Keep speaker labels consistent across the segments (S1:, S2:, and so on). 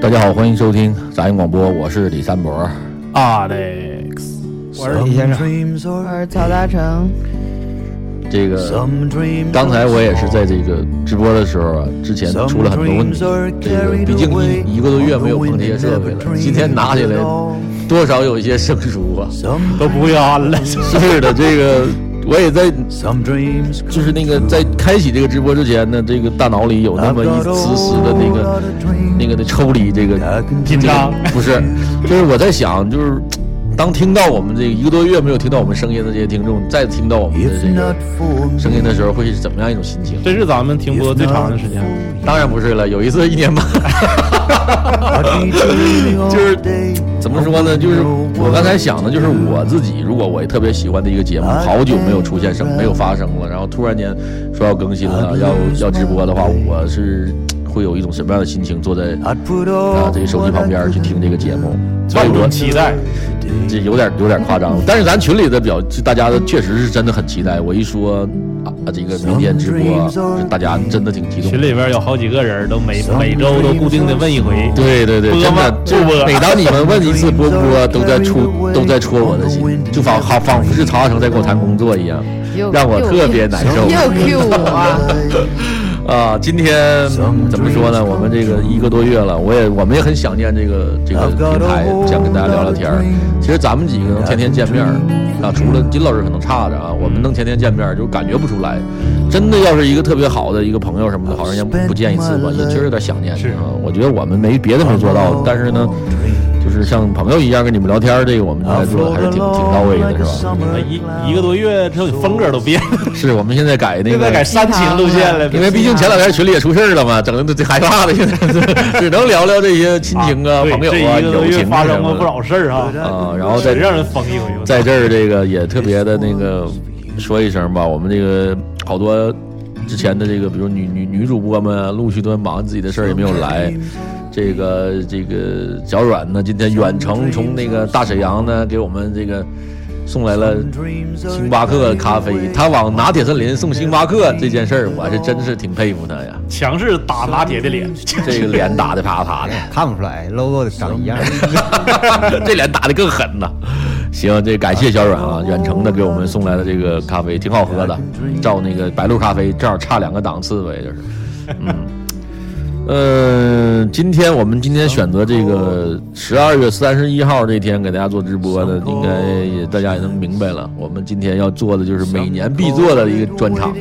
S1: 大家好，欢迎收听杂音广播，我是李三博。
S2: Alex，
S3: 我是李先生。
S4: 我是曹大成，
S1: 这个刚才我也是在这个直播的时候啊，之前出了很多问题。这个毕竟一一个多月没有碰这些设备了，今天拿起来多少有一些生疏啊。
S2: 都不要安了。
S1: 是的，这个我也在，就是那个在开启这个直播之前呢，这个大脑里有那么一丝丝的那个那个的抽离这个
S2: 紧张，
S1: 不是，就是我在想，就是当听到我们这一个多月没有听到我们声音的这些听众，再听到我们的这个声音的时候，会是怎么样一种心情？
S2: 这是咱们停播最长的时间。
S1: 当然不是了，有一次一年半， 就是怎么说呢？就是我刚才想的，就是我自己，如果我特别喜欢的一个节目，好久没有出现声，没有发声了，然后突然间说要更新了，要要直播的话，我是会有一种什么样的心情？坐在啊这个手机旁边去听这个节目，所以
S2: 万
S1: 我
S2: 众期待，
S1: 这有点有点夸张，但是咱群里的表，就大家的确实是真的很期待。我一说啊，这个明天直播，大家真的挺激动
S2: 群。里边有好几个人都每每周都固定的问一回，
S1: 对对对，
S2: 播
S1: 真的
S2: 吗，
S1: 就
S2: 不播
S1: 每当你们问一次波波，都在戳都在戳我的心，就仿好仿佛是曹大成在跟我谈工作一样，
S4: 又
S1: 让我特别难受
S4: 又。又 Q 我，
S1: 啊，今天怎么说呢？我们这个一个多月了，我也我们也很想念这个这个平台，想跟大家聊聊天儿。其实咱们几个能天天见面儿啊，除了金老师可能差着啊，我们能天天见面儿就感觉不出来。真的要是一个特别好的一个朋友什么的，好长时间不不见一次吧，也确实有点想念。
S2: 是
S1: 啊，我觉得我们没别的没做到，但是呢，就是像朋友一样跟你们聊天儿，这个我们来做的 还是挺挺到位的，是吧？
S2: 那一一个多月之后，你风格都变， 了，
S1: 是我们现在改那
S2: 现在
S1: 个
S2: 改煽情路线
S4: 嗯
S2: 了。
S1: 因为毕竟前两天群里也出事儿了嘛， 整的都这害怕了，现在 是只能聊聊这些亲情啊、
S2: 对
S1: 朋友啊、
S2: 这一个多
S1: 友
S2: 月
S1: 情
S2: 发
S1: 啊
S2: 生
S1: 什
S2: 过
S1: 么
S2: 不
S1: 的
S2: 少事儿哈，
S1: 啊。然后在
S2: 让人疯一回。
S1: 在这儿这个也特别的那个说一声吧，我们这个好多之前的这个，比如女女女主播们啊陆续都忙完自己的事儿也没有来。这个这个小阮呢，今天远程从那个大沈阳呢，给我们这个送来了星巴克咖啡。他往拿铁森林送星巴克这件事儿，我还是真是挺佩服他呀。
S2: 强势打拿铁的脸，
S1: 这个脸打的啪啪的，
S3: 看不出来，logo 长一样。
S1: 这脸打的 更狠呐。行，这感谢小阮啊，远程的给我们送来的这个咖啡挺好喝的，照那个白鹿咖啡正好差两个档次呗，就是， 嗯，呃，今天我们今天选择这个十二月三十一号这天给大家做直播的，应该也大家也能明白了，我们今天要做的就是每年必做的一个专场，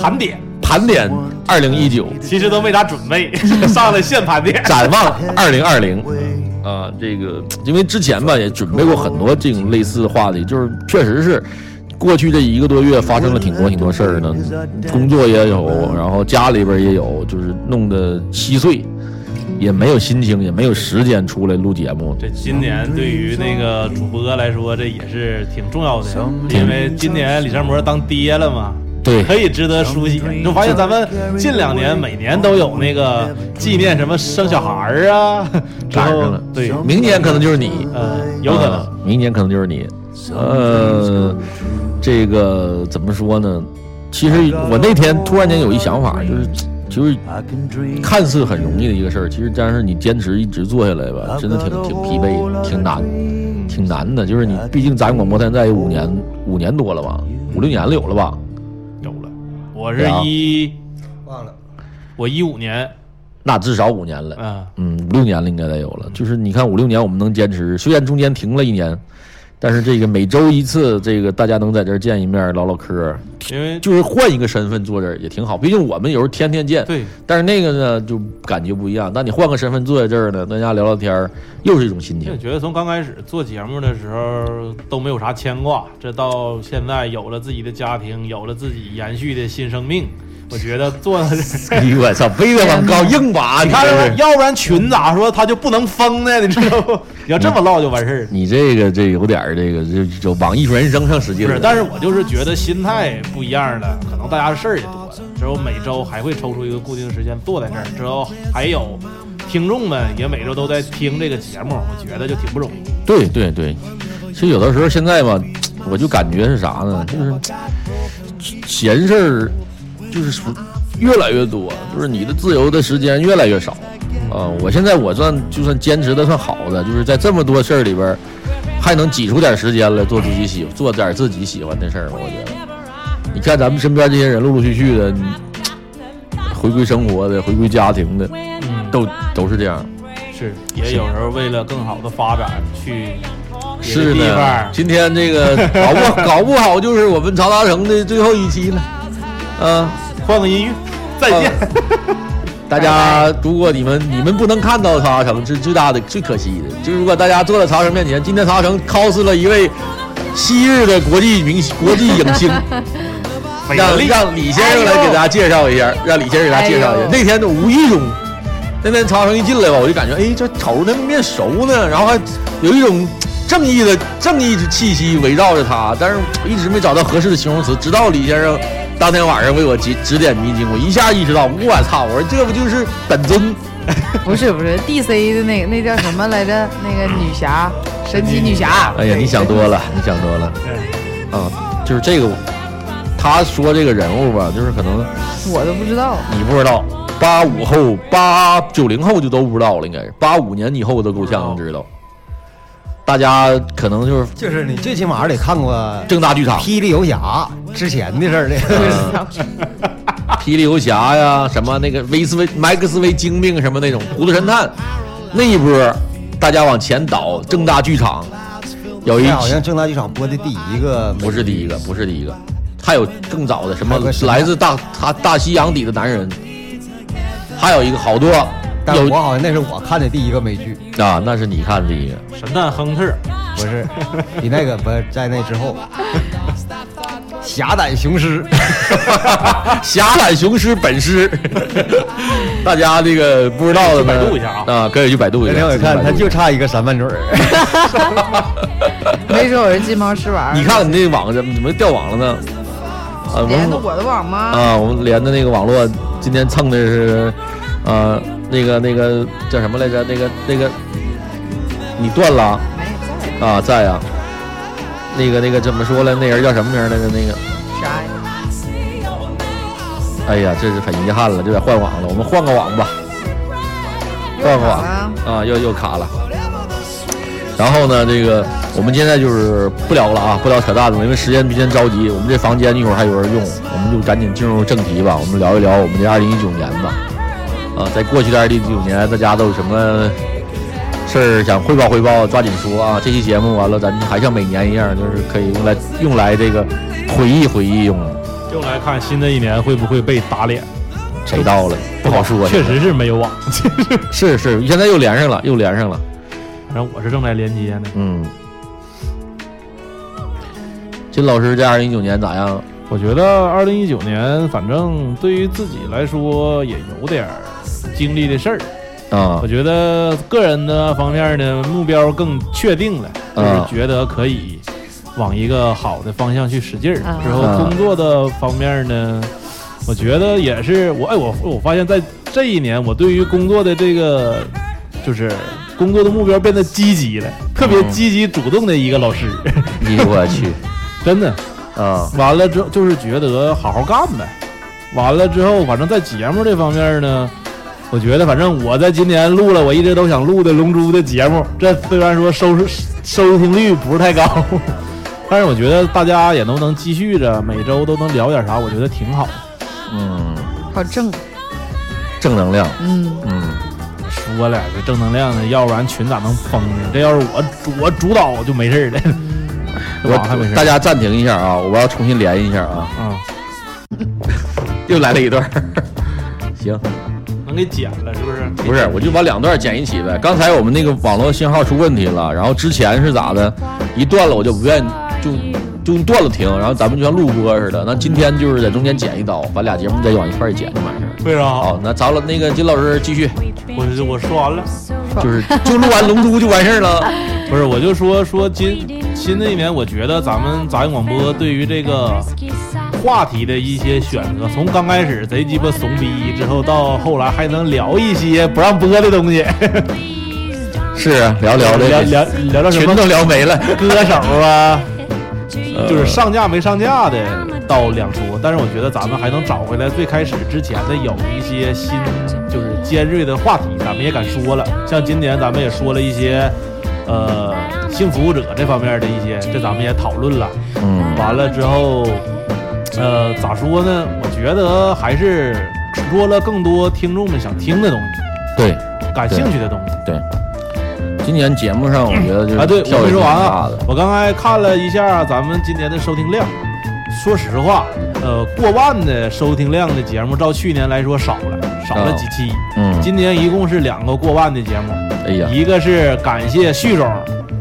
S2: 盘点
S1: 盘点二零一九，
S2: 其实都没啥准备， 上来现盘 点。
S1: 展望二零二零。啊，这个因为之前吧也准备过很多这种类似的话题，就是确实是过去这一个多月发生了挺多挺多事儿呢，工作也有，然后家里边也有，就是弄得稀碎，也没有心情，也没有时间出来录节目。
S2: 这今年对于那个主播来说，这也是挺重要的，因为今年李山伯当爹了嘛，
S1: 对
S2: 可以值得书 写。你就发现咱们近两年每年都有那个纪念什么生小孩儿啊，之
S1: 赶上
S2: 后
S1: 了
S2: 对，
S1: 明年可能就是你，
S2: 呃，有可能
S1: 啊，明年可能就是你。呃，这个怎么说呢？其实我那天突然间有一想法，就是就是看似很容易的一个事儿，其实但是你坚持一直做下来吧，真的挺挺疲惫的，挺难，挺难的。就是你毕竟咱广播现在有五年五年多了吧，五六年了有了吧？
S2: 有了。我是
S1: 对啊
S2: 一，
S3: 忘了，
S2: 我一五年，
S1: 那至少五年了。
S2: 嗯，
S1: 嗯，五六年了应该得有了。就是你看五六年我们能坚持，虽然中间停了一年，但是这个每周一次，这个大家能在这儿见一面唠唠嗑，
S2: 因为
S1: 就是换一个身份坐这儿也挺好。毕竟我们有时候天天见，
S2: 对
S1: 但是那个呢就感觉不一样。但你换个身份坐在这儿呢，大家聊聊天儿，又是一种心
S2: 就
S1: 情。
S2: 觉得从刚开始做节目的时候都没有啥牵挂，这到现在有了自己的家庭，有了自己延续的新生命，我觉得做 的这。
S1: 哎呦我操，飞得往高，硬拔！
S2: 你
S1: 你
S2: 看
S1: 这
S2: 着
S1: 是
S2: 吧，要不然群咋说他就不能封呢？你知道不？ 你要这么唠就完事儿了。
S1: 你这个这有点儿这个就就往艺术人生上使劲
S2: 不是
S1: 了。，
S2: 但是我就是觉得心态不一样了，可能大家事儿也多了，之后每周还会抽出一个固定时间坐在这儿，之后还有听众们也每周都在听这个节目，我觉得就挺不容易。
S1: 对对对，其实有的时候现在吧，我就感觉是啥呢？就是闲事儿，就是说越来越多，就是你的自由的时间越来越少。啊，我现在我算就算坚持的算好的，就是在这么多事儿里边儿，还能挤出点时间来做自己喜做点自己喜欢的事儿。我觉得，你看咱们身边这些人陆陆续续的，你回归生活的，回归家庭的，
S2: 嗯，
S1: 都都是这样。
S2: 是也有时候为了更好的发展去别的
S1: 是
S2: 地
S1: 呢
S2: 方，，
S1: 今天这个 搞不搞不好就是我们长沙城的最后一期了，啊。
S2: 换个音域，再 见。
S1: 大家如果你们你们不能看到茶城是最大的最可惜的，就如果大家坐在茶城面前，今天茶城 cos 了一位昔日的国际明星、国际影星，
S4: 哎
S2: 美
S1: 让
S2: 丽
S1: 让李先生来给大家介绍一下，让李先生给大家介绍一下。
S4: 哎呦
S1: 那天无意中，那天茶城一进来吧，我就感觉哎，这瞅着那面熟呢，然后还有一种正义的正义的气息围绕着他，但是一直没找到合适的形容词，直到李先生当天晚上为我指指点迷津，我一下意识到，我操，我说这不就是本尊。
S4: 不是不是，DC 的那那叫什么来着？那个女 侠，神奇女侠。
S1: 哎呀，你想多了，你想多了
S2: 对
S4: 嗯
S1: 啊！就是这个，他说这个人物吧，就是可能
S4: 我都不知道。
S1: 你不知道，八五后、八九零后就都不知道了，应该是八五年以后都够呛能知道。大家可能就是
S3: 就是你最起码得看过《
S1: 正大剧场、
S3: 霹雳游侠》之前的 事儿
S1: 嗯
S3: 了。
S1: 霹雳游侠呀，什么那个威斯威麦克斯威精命什么那种糊涂神探那一波，大家往前倒，正大剧场有一
S3: 这好像正大剧场播的第一个，
S1: 不是第一个，不是第一个，还有更早的什么
S3: 还有个什么
S1: 来自大他大西洋底的男人，还有一个好多
S3: 但
S1: 有
S3: 我好像那是我看的第一个 美剧，
S1: 啊，那是你看的第一个，
S2: 神探亨特，
S3: 不是比那个不是在那之后， 《侠胆雄狮》
S1: 侠胆雄狮本狮，大家这个不知道的呢，
S2: 去百度一下啊
S1: 可以去百度一下。
S3: 那天我
S1: 自己百
S3: 看
S1: 度
S3: 他
S1: 一下
S3: 就差一个三瓣嘴 儿，
S4: 没准我是金毛狮王。
S1: 你看你那网怎么怎么掉网了呢？啊，我
S4: 连的
S1: 们
S4: 我的网吗？
S1: 啊，我们连的那个网络今天蹭的是，呃，那个那个叫什么来着？那个那个，你断了啊。
S4: 没在
S1: 啊，在呀、那个那个怎么说了？那人叫什么名儿来着？那个，
S4: 啥呀？
S1: 哎呀，这是很遗憾了，这得换网了。我们换个网吧，换个网啊，又又卡了。然后呢，这个我们现在就是不聊了啊，不聊扯淡了，因为时间比较着急。我们这房间一会儿还有人用，我们就赶紧进入正题吧。我们聊一聊我们这二零一九年吧。啊，在过去的二零一九年，大家都有什么事儿想汇报汇报，抓紧说啊！这期节目完了，咱还像每年一样，就是可以用来用来这个回忆回忆用。
S2: 又来看新的一年会不会被打脸？
S1: 谁到了？不好说。
S2: 确实是没有网，
S1: 是是，现在又连上了，又连上了。
S2: 反正我是正在连接呢。
S1: 嗯，金老师这二零一九年咋样？
S2: 我觉得二零一九年，反正对于自己来说也有点儿经历的事儿。
S1: 啊
S2: 我觉得个人的方面呢，目标更确定了，就是
S1: 啊
S2: 觉得可以往一个好的方向去使劲儿
S4: 啊。
S2: 之后
S1: 啊
S2: 工作的方面呢，我觉得也是我哎我我发现在这一年，我对于工作的这个就是工作的目标变得积极了，特别
S1: 嗯
S2: 积极主动的一个老师，
S1: 你我 去
S2: 真的。
S1: 啊
S2: 完了之后就是觉得好好干呗。完了之后，反正在节目这方面呢，我觉得反正我在今年录了我一直都想录的《龙珠》的节目，这虽然说收视收听率不是太高， 但是我觉得大家也都能继续着，每周都能聊点啥，我觉得挺好。
S1: 嗯，
S4: 好正，
S1: 正能量，
S4: 嗯，
S1: 嗯，
S2: 说了这正能量的，要不然群咋能疯呢？这要是我我主导我就没事儿了，这网还没
S1: 我
S2: 事儿。
S1: 大家暂停一下啊，我要重新连一下啊，
S2: 啊、
S1: 又来了一段儿。 行，
S2: 能给剪了是不是？
S1: 不是，我就把两段剪一起呗。刚才我们那个网络信号出问题了，然后之前是咋的？一断了我就不愿意，就就断了停，然后咱们就像录播似的。那今天就是在中间剪一刀，把俩节目再往一块儿剪就完事儿了。
S2: 为啥？
S1: 好，那咱了那个金老师继续，
S2: 我我说完了。
S1: 就是就录完《龙珠》就完事儿了。
S2: 不是，我就说说今新的一年，我觉得咱们杂音广播对于这个话题的一些选择，从刚开始贼鸡巴怂逼，之后到后来还能聊一些不让播的东西，
S1: 是啊 聊聊这
S2: 聊
S1: 个
S2: 聊聊到什
S1: 群
S2: 么
S1: 都聊没了，
S2: 歌手啊，
S1: 呃
S2: 就是上架没上架的到两说。但是我觉得咱们还能找回来最开始之前的有一些新，就是尖锐的话题，咱们也敢说了。像今年咱们也说了一些，呃，性服务者这方面的一些，这咱们也讨论了。
S1: 嗯，
S2: 完了之后，呃，咋说呢？我觉得还是说了更多听众们想听的东西，
S1: 对
S2: 感兴趣的东西。
S1: 对。今年节目上，我觉得就是
S2: 啊，对，
S1: 跳
S2: 我没
S1: 跃挺
S2: 说完
S1: 大
S2: 啊
S1: 的。，
S2: 我刚才看了一下咱们今年的收听量，说实话，呃，过万的收听量的节目，照去年来说少了，少了
S1: 哦
S2: 几期。
S1: 嗯，
S2: 今年一共是两个过万的节目，
S1: 哎呀，
S2: 一个是感谢旭总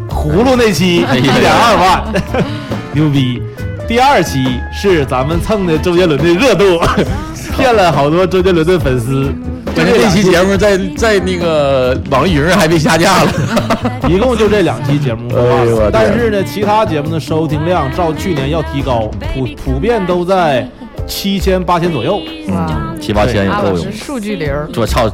S2: 葫芦那期
S1: 哎
S2: 一
S1: 呀
S2: 点二万， 牛逼。第二期是咱们蹭的周杰伦的热 度，骗了好多周杰伦的粉丝。
S1: 关键这期节目在在那个网易云上还被下架了。
S2: 一共就这两期节目播
S1: 哎呦
S2: 放
S1: 我天
S2: 了但是呢，其他节目的收听量照去年要提高，普普遍都在七千八千左右。
S4: 哇，
S1: 七八千也
S4: 阿
S1: 够
S4: 老
S1: 用
S4: 师。数据流儿，
S1: 我 操，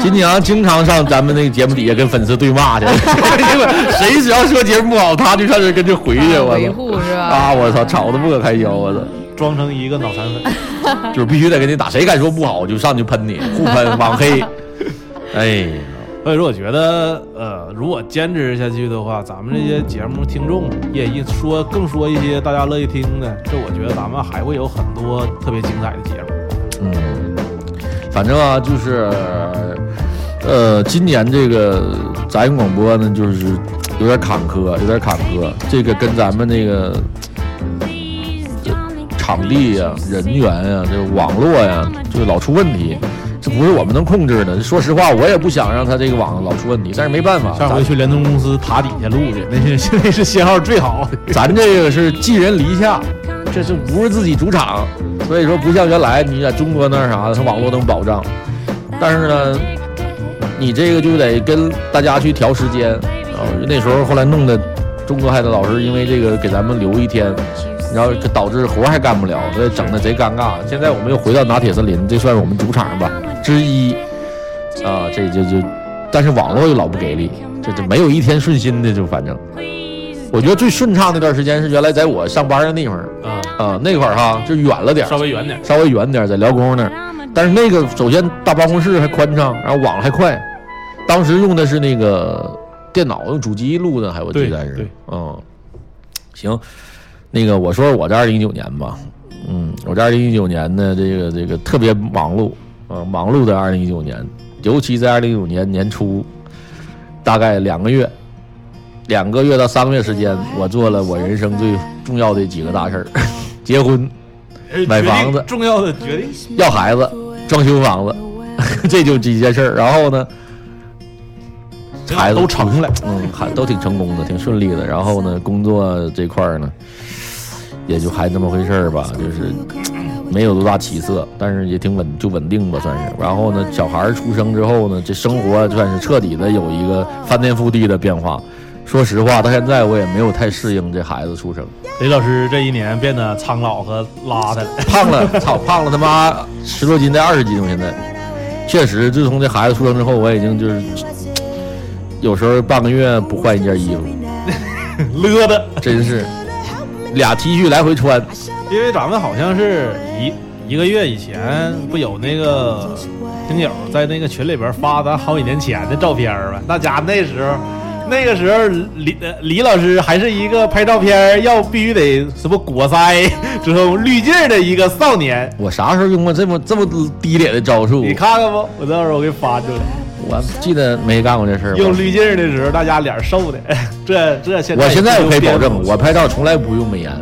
S1: 金娘经常上咱们那个节目底下跟粉丝对 骂去，结果谁只要说节目不好，他就上这跟着回去，哎我
S4: 维
S1: 操
S4: 护是吧？
S1: 啊！我操，吵得不可开交，我操，
S2: 装成一个脑残 粉，
S1: 就是必须得跟你打，谁敢说不好，我就上去喷你，互喷网 黑。哎呀，
S2: 所以说我觉得，呃，如果坚持下去的话，咱们这些节目听众也一说更说一些大家乐意听的，这我觉得咱们还会有很多特别精彩的节目。
S1: 嗯，反正啊，就是，呃，今年这个杂音广播呢，就是有点坎坷，有点坎坷。这个跟咱们那个场地呀、人员呀、这个网络呀、就老出问题。这不是我们能控制的。说实话，我也不想让他这个网老出问题，但是没办法。
S2: 啊上回去联通公司塔底下录去， 那是现在是信号最好的。
S1: 咱这个是寄人篱下，这是不是自己主场，所以说不像原来你在中国那儿啥的，它网络能保障，但是呢，你这个就得跟大家去调时间啊。那时候后来弄的，中国海的老师因为这个给咱们留一天，然后导致活儿还干不了，所以整的贼尴尬。现在我们又回到拿铁森林，这算是我们主场吧之一啊，这就就，但是网络又老不给力，这这没有一天顺心的，就反正。我觉得最顺畅那段时间是原来在我上班的地方儿
S2: 啊、
S1: 啊、那块儿哈，就远了点儿
S2: 稍，微远点。
S1: 稍微远点儿，在辽工那儿。但是那个首先大办公室还宽敞，然后网还快。当时用的是那个电脑，用主机录的，还我记得
S2: 对
S1: 还是
S2: 对
S1: 嗯，行，那个我说我这二零一九年吧，嗯，我这二零一九年呢，这个这个特别忙碌啊、呃忙碌的二零一九年，尤其在二零一九年年初，大概两个月。两个月到三个月时间，我做了我人生最重要的几个大事儿： 结婚、买房子
S2: 重要的哎决定。
S1: 要孩子、装修房子， 这就几件事儿。然后呢，孩子
S2: 都成了，
S1: 嗯，还都挺成功的，挺顺利的。然后呢，工作这块儿呢，也就还那么回事儿吧，就是没有多大起色，但是也挺稳，就稳定吧，算是。然后呢，小孩儿出生之后呢，这生活算是彻底的有一个翻天覆地的变化。说实话，到现在我也没有太适应这孩子出生，
S2: 雷老师这一年变得苍老和邋遢了。
S1: 胖了，操，胖了他妈十多斤，带二十斤，我现在。确实，自从这孩子出生之后，我已经就是有时候半个月不换一件衣服，
S2: 勒的，
S1: 真是俩 T 恤来回穿。
S2: 因为咱们好像是一一个月以前不有那个听友在那个群里边发咱好几年前的照片儿吗？那家伙那时候。那个时候，李呃李老师还是一个拍照片儿要必须得什么果腮，之后滤镜儿的一个少年。
S1: 我啥时候用过这么这么低劣的招数
S2: 你？看看吧，我到时候我给你发出来。
S1: 我记得没干过这事儿吧。
S2: 用滤镜儿的时候，大家脸儿瘦的，这这现在
S1: 我现在可以保证，
S2: 变
S1: 我拍照从来不用美 颜，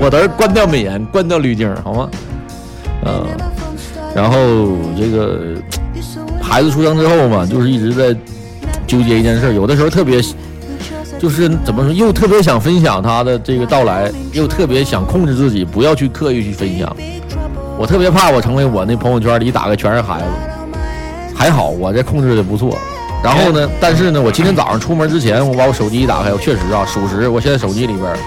S1: 我都是关掉美颜，关掉滤镜，好吗？嗯，然后这个孩子出生之后嘛，就是一直在纠结一件事儿，有的时候特别就是怎么说，又特别想分享他的这个到来，又特别想控制自己不要去刻意去分享。我特别怕我成为我那朋友圈里一打开全是孩子，还好我这控制的不错。然后呢，但是呢，我今天早上出门之前，我把我手机一打开，我确实啊，属实，我现在手机里边儿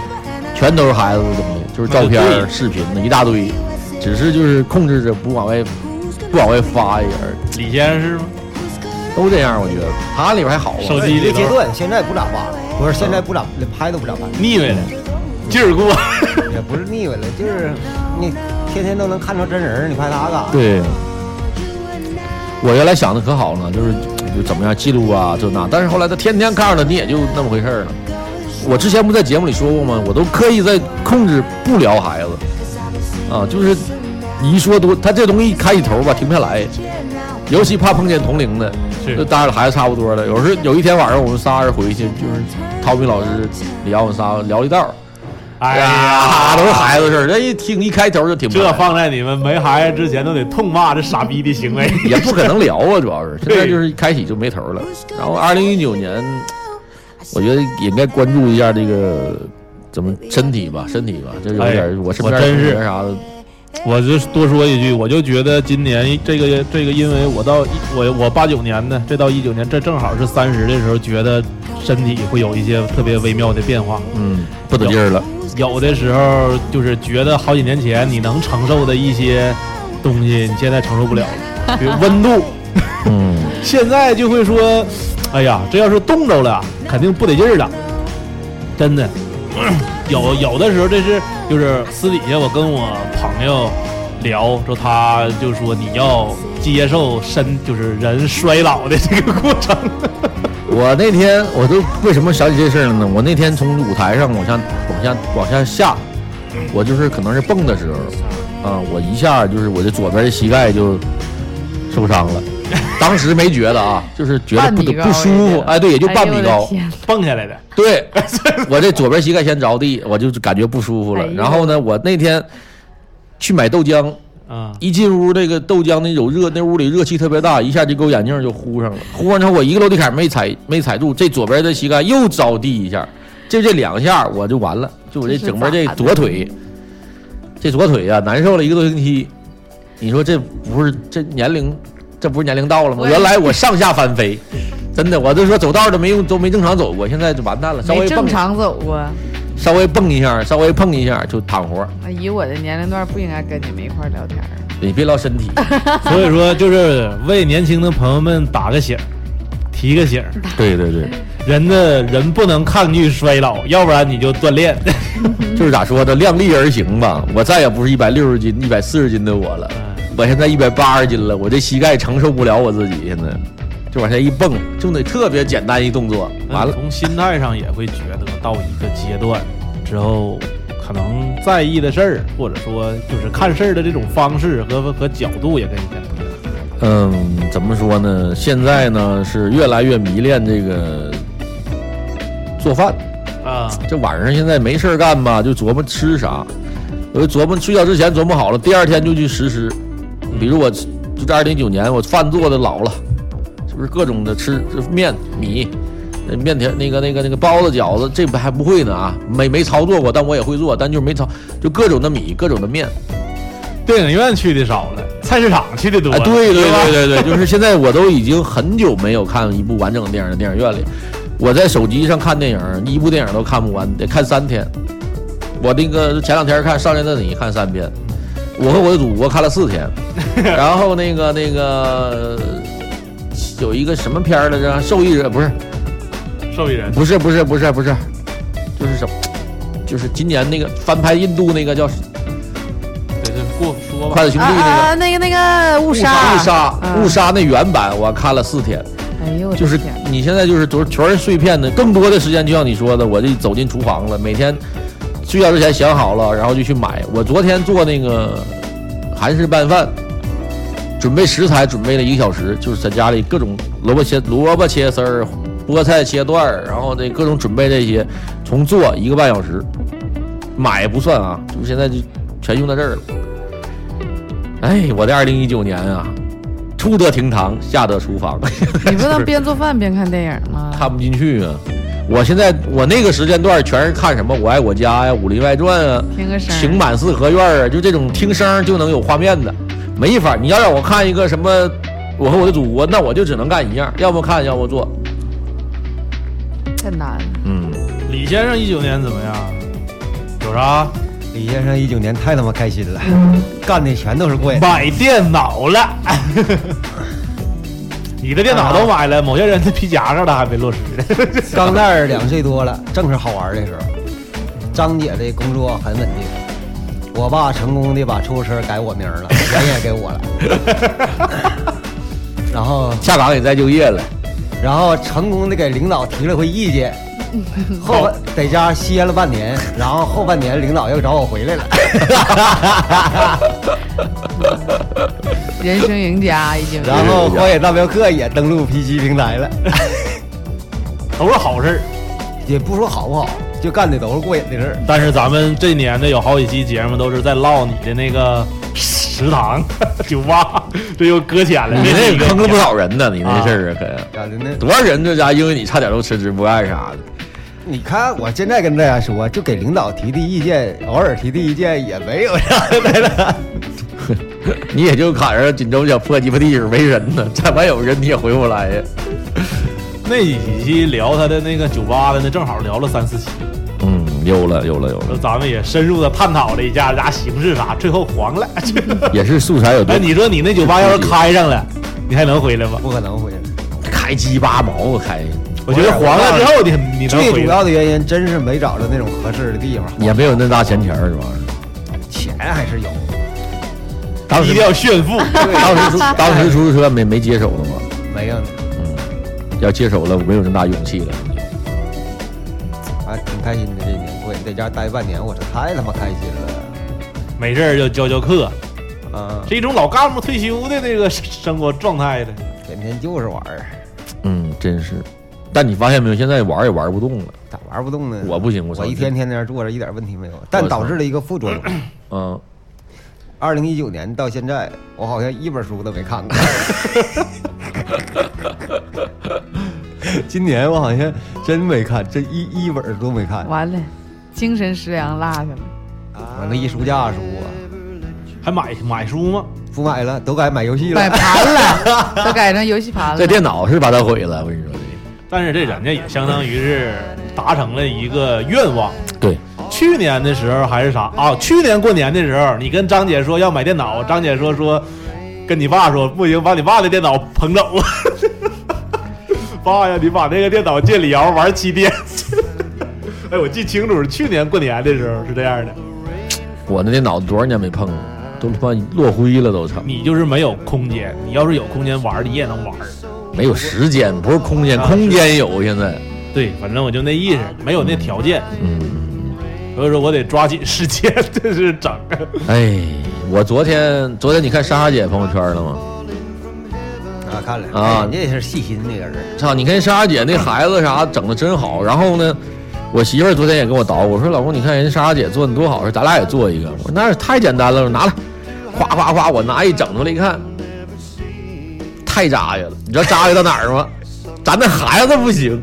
S1: 全都是孩子的东西，就是照片
S2: 那就
S1: 儿、
S2: 对
S1: 视频的一大堆，只是就是控制着不往外不往外发一点，
S2: 李先生是吗？
S1: 都这样，我觉得他里边啊还好啊。
S2: 手机
S3: 这
S2: 里
S3: 阶
S2: 头
S3: 段现在不咋发了，不是现在不咋连拍都不咋拍，
S2: 腻歪了，劲儿过。
S3: 也不是腻歪了，就是你天天都能看着真人儿，你拍他干啥？
S1: 对，我原来想的可好了，就是就怎么样记录啊这那，但是后来他天天看着他，你也就那么回事儿了。我之前不在节目里说过吗？我都刻意在控制不聊孩子，啊，就是你一说多，他这东西一开一头吧，停不下来，尤其怕碰见同龄的，
S2: 是
S1: 就当然孩子差不多了。有时候有一天晚上我们仨人回去，就是涛斌老师、李阳我们仨聊一道儿，
S2: 哎
S1: 呀，
S2: 呀，
S1: 都是孩子事儿，这一听一开头就停不下
S2: 这
S1: 来。
S2: 放在你们没孩子之前都得痛骂这傻逼的行为。
S1: 也不可能聊啊，主要 是现
S2: 对
S1: 在就是一开启就没头了。然后二零一九年，我觉得也应该关注一下这个怎么身体吧，身体吧，这有点、
S2: 哎
S1: 我身边
S2: 我真是
S1: 同学啥的，
S2: 我就多说一句，我就觉得今年这个这个，因为我到一我我八九年的，这到一九年，这正好是三十的时候，觉得身体会有一些特别微妙的变化。
S1: 嗯，不得劲儿了。
S2: 有的时候就是觉得好几年前你能承受的一些东西，你现在承受不了了，比如温度，
S1: 嗯，
S2: 现在就会说，哎呀，这要是冻着了，肯定不得劲儿了，真的。 有有的时候，这是就是私底下我跟我朋友聊，说他就说你要接受身就是人衰老的这个过程，
S1: 我那天我都为什么想起这事儿了呢？我那天从舞台上往下往下往下下，我就是可能是蹦的时候，啊，我一下就是我的左边的膝盖就受伤了，当时没觉得啊，就是觉得
S4: 半
S1: 不
S4: 米
S1: 得
S4: 高
S1: 不舒
S4: 也
S1: 服
S4: 就，
S1: 哎，对，也就
S4: 哎
S1: 半
S4: 呦
S1: 米
S4: 我的
S1: 高。
S4: 天
S2: 蹦下来的。
S1: 对， 我这左边膝盖先着地，我就感觉不舒服了
S4: 哎。呀
S1: 然后呢，我那天去买豆浆，
S2: 嗯，
S1: 一进屋那个豆浆那有热，那屋里热气特别大，一下就给我眼镜就呼上了。呼上之后，我一个落地坎没踩没踩住，这左边的膝盖又着地一下，就这两下我就完了，就我这整个这左腿，这左腿呀、难受了一个多星期。你说这不是这年龄，这不是年龄到了吗？
S4: 我也
S1: 原来我上下翻 飞，真的，我就说走道都没用，都没正常走过，现在就完蛋了，稍
S4: 没
S1: 微蹦
S4: 正常走啊过。
S1: 稍微蹦一下，稍微碰一下就躺活儿，
S4: 那以我的年龄段，不应该跟你们一块儿聊天儿。
S1: 你别聊 身体。
S2: 所以说就是为年轻的朋友们打个醒儿，提个醒儿，
S1: 对对对，
S2: 人的人不能抗拒衰老，要不然你就锻炼。
S1: 就是咋说的，量力而行吧。我再也不是一百六十斤、一百四十斤的我了，我现在一百八十斤了，我这膝盖承受不了我自己，现在就往下一蹦，就那特别简单一动作，完了。
S2: 从心态上也会觉得到一个阶段之后，可能在意的事儿，或者说就是看事儿的这种方式和和角度也跟以前不一样。
S1: 嗯，怎么说呢？现在呢是越来越迷恋这个做饭。
S2: 啊，
S1: 这晚上现在没事儿干吧，就琢磨吃啥。我就琢磨睡觉之前琢磨好了，第二天就去实施。比如我就在二零一九年，我饭做的老了，是不是各种的吃这面米、呃面条、那个那个那个包子、饺子，这不还不会呢啊？没没操作过，但我也会做，但就是没操，就各种的米、各种的面。
S2: 电影院去的少了，菜市场去的多
S1: 哎，
S2: 了。
S1: 对对
S2: 吧
S1: 对对对，就是现在我都已经很久没有看一部完整的电影了，电影院里，我在手机上看电影，一部电影都看不完，得看三天。我那个前两天看《少年的你》看三遍，我和我的祖国看了四 天，然后那个那个有一个什么片儿来着，《受益人》不是
S2: 受益人
S1: 不是不是不是不是，就是什么，就是今年那个翻拍印度那个叫《
S2: 对对，过说吧
S1: 快。乐兄
S4: 啊
S1: 弟》那个。
S4: 啊，那个那个误
S1: 误
S4: 杀，
S1: 误杀，误
S4: 嗯。
S1: 杀那原版我看了四天，
S4: 哎呦，我的
S1: 就是
S4: 天
S1: 你现在就是都是全是碎片的，更多的时间就像你说的，我就走进厨房了，每天睡觉之前想好了，然后就呃去买。我昨天做那个韩式拌饭，准备食材准备了一个小时，就是在家里各种萝卜切萝卜切丝儿，菠菜切段儿，然后这各种准备这些，从做一个半小时，买不算啊，就是现在就全用到这儿了。哎，我的二零一九年啊，出得厅堂，下得厨房。
S4: 你不能边做饭边看电影吗？
S1: 看不进去啊。我现在我那个时间段全是看什么《我爱我家》呀，《武林外传》啊，
S4: 听个
S1: 《
S4: 声儿，
S1: 情满四合院》啊，就这种听声儿就能有画面的，没法儿。你要让我看一个什么《我和我的祖国》，那我就只能干一样，要么看，要么做。
S4: 太难了。
S1: 嗯，
S2: 李先生一九年怎么样？有啥？
S3: 李先生一九年太他妈开心了，
S1: 嗯
S3: 干的全都是过瘾。
S2: 买电脑了。 你的电脑都买了，某些人的皮夹克他还没落实呢。
S3: 钢蛋儿两岁多了，正是好玩儿的时候。张姐的工作很稳定，我爸成功的把出租车改我名儿了，钱也给我了。 然后
S1: 下岗也再就业了，
S3: 然后成功的给领导提了回意见，后半在家歇了半年，然后后半年领导又找我回来了。
S4: 人生赢家已经是。
S3: 然后《荒野大镖客》也登陆 PC 平台了，
S2: 都是好事儿。
S3: 也不说好不好，就干的都是过瘾的事儿。
S2: 但是咱们这年的有好几期节目都是在唠你的那个食堂、 酒吧，这又搁浅了。
S1: 你
S2: 这
S1: 那
S2: 是一
S1: 个
S2: 个
S1: 坑了不少人呢，你那事儿啊，可
S3: 咋的呢？
S1: 多少人这家因为你差点都辞职不干啥的。
S3: 你看我现在跟大家说，就给领导提提意见，偶尔提提意见也没有啥的了。
S1: 你也就赶上锦州小破鸡巴地址没人呢，再完有人你也回不来呀。
S2: 那几期聊他的那个酒吧的呢，正好聊了三四期，
S1: 嗯，有了有了有
S2: 那
S1: 了，
S2: 咱们也深入的探讨了一下咱形式啥，最后黄了。
S1: 也是素材有多
S2: 哎，，你说你 那酒吧要是开上了，你还能回来吗？
S3: 不可能回来。
S1: 开鸡巴毛我开，
S2: 我觉得黄了之后你你能
S3: 最
S2: 回
S3: 主
S2: 来？
S3: 要的原因真是没找着那种合适的地方，
S1: 也没有那大闲钱儿这玩意儿。
S3: 钱还是有。
S1: 当
S2: 一
S1: 时
S2: 定要炫富。
S1: 当时出 当时出租车没没接手了吗？
S3: 没有呢，
S1: 要接手了，我没有那么大勇气了。
S3: 啊，挺开心的这一年，过瘾，在家待半年，我这太他妈开心
S2: 没事儿就教教课，
S3: 了啊！
S2: 是一种老干部退休的那个生活状态的。
S3: 天天就是玩儿，
S1: 嗯，真是。但你发现没有，现在玩也玩不动了。
S3: 咋玩不动呢？
S1: 我不行，我操
S3: 我一天天在那儿坐着，一点问题没有，但导致了一个副作用。
S1: 嗯，
S3: 二零一九年到现在，我好像一本书都没看 过。今年我好像真没看，这一一本儿都没看。
S4: 完了，精神食粮落下了。
S3: 我那一书架书啊，
S2: 还买买书吗？
S3: 不买了，都改买游戏
S4: 买
S3: 了。
S4: 盘了，都改成游戏盘了。
S1: 这电脑是把它毁了，我跟你说这
S2: 但是这人家也相当于是达成了一个愿望。
S1: 个。对，
S2: 去年的时候还是啥啊？去年过年的时候，你跟张姐说要买电脑，张姐说说跟你爸说不行，把你爸的电脑捧走。 爸呀，你把那个电脑借李瑶玩七天。 哎，我记清楚，去年过年的时候是这样的。
S1: 我那电脑多少年没碰了，都他妈落灰了都，操！
S2: 你就是没有空间，你要是有空间玩儿，你也能玩儿。
S1: 没有时间，不是空
S2: 啊
S1: 间，空间有现在。
S2: 对，反正我就那意识，没有那条件，
S1: 嗯，
S2: 所以说我得抓紧时间， 这是整。
S1: 哎，我昨天昨天你看莎莎姐朋友圈了吗？
S3: 啊，看了
S1: 啊
S3: 哎你也是细心那个人。
S1: 操，你看莎莎姐那孩子啥整的真好。然后呢，我媳妇儿昨天也跟我叨，我说老公，你看人莎莎姐做的多好，咱俩也做一个。我说那太简单了，我拿来，哗哗哗，我拿一整出来一看，太扎呀了。你知道扎呀到哪儿吗？咱那孩子不行。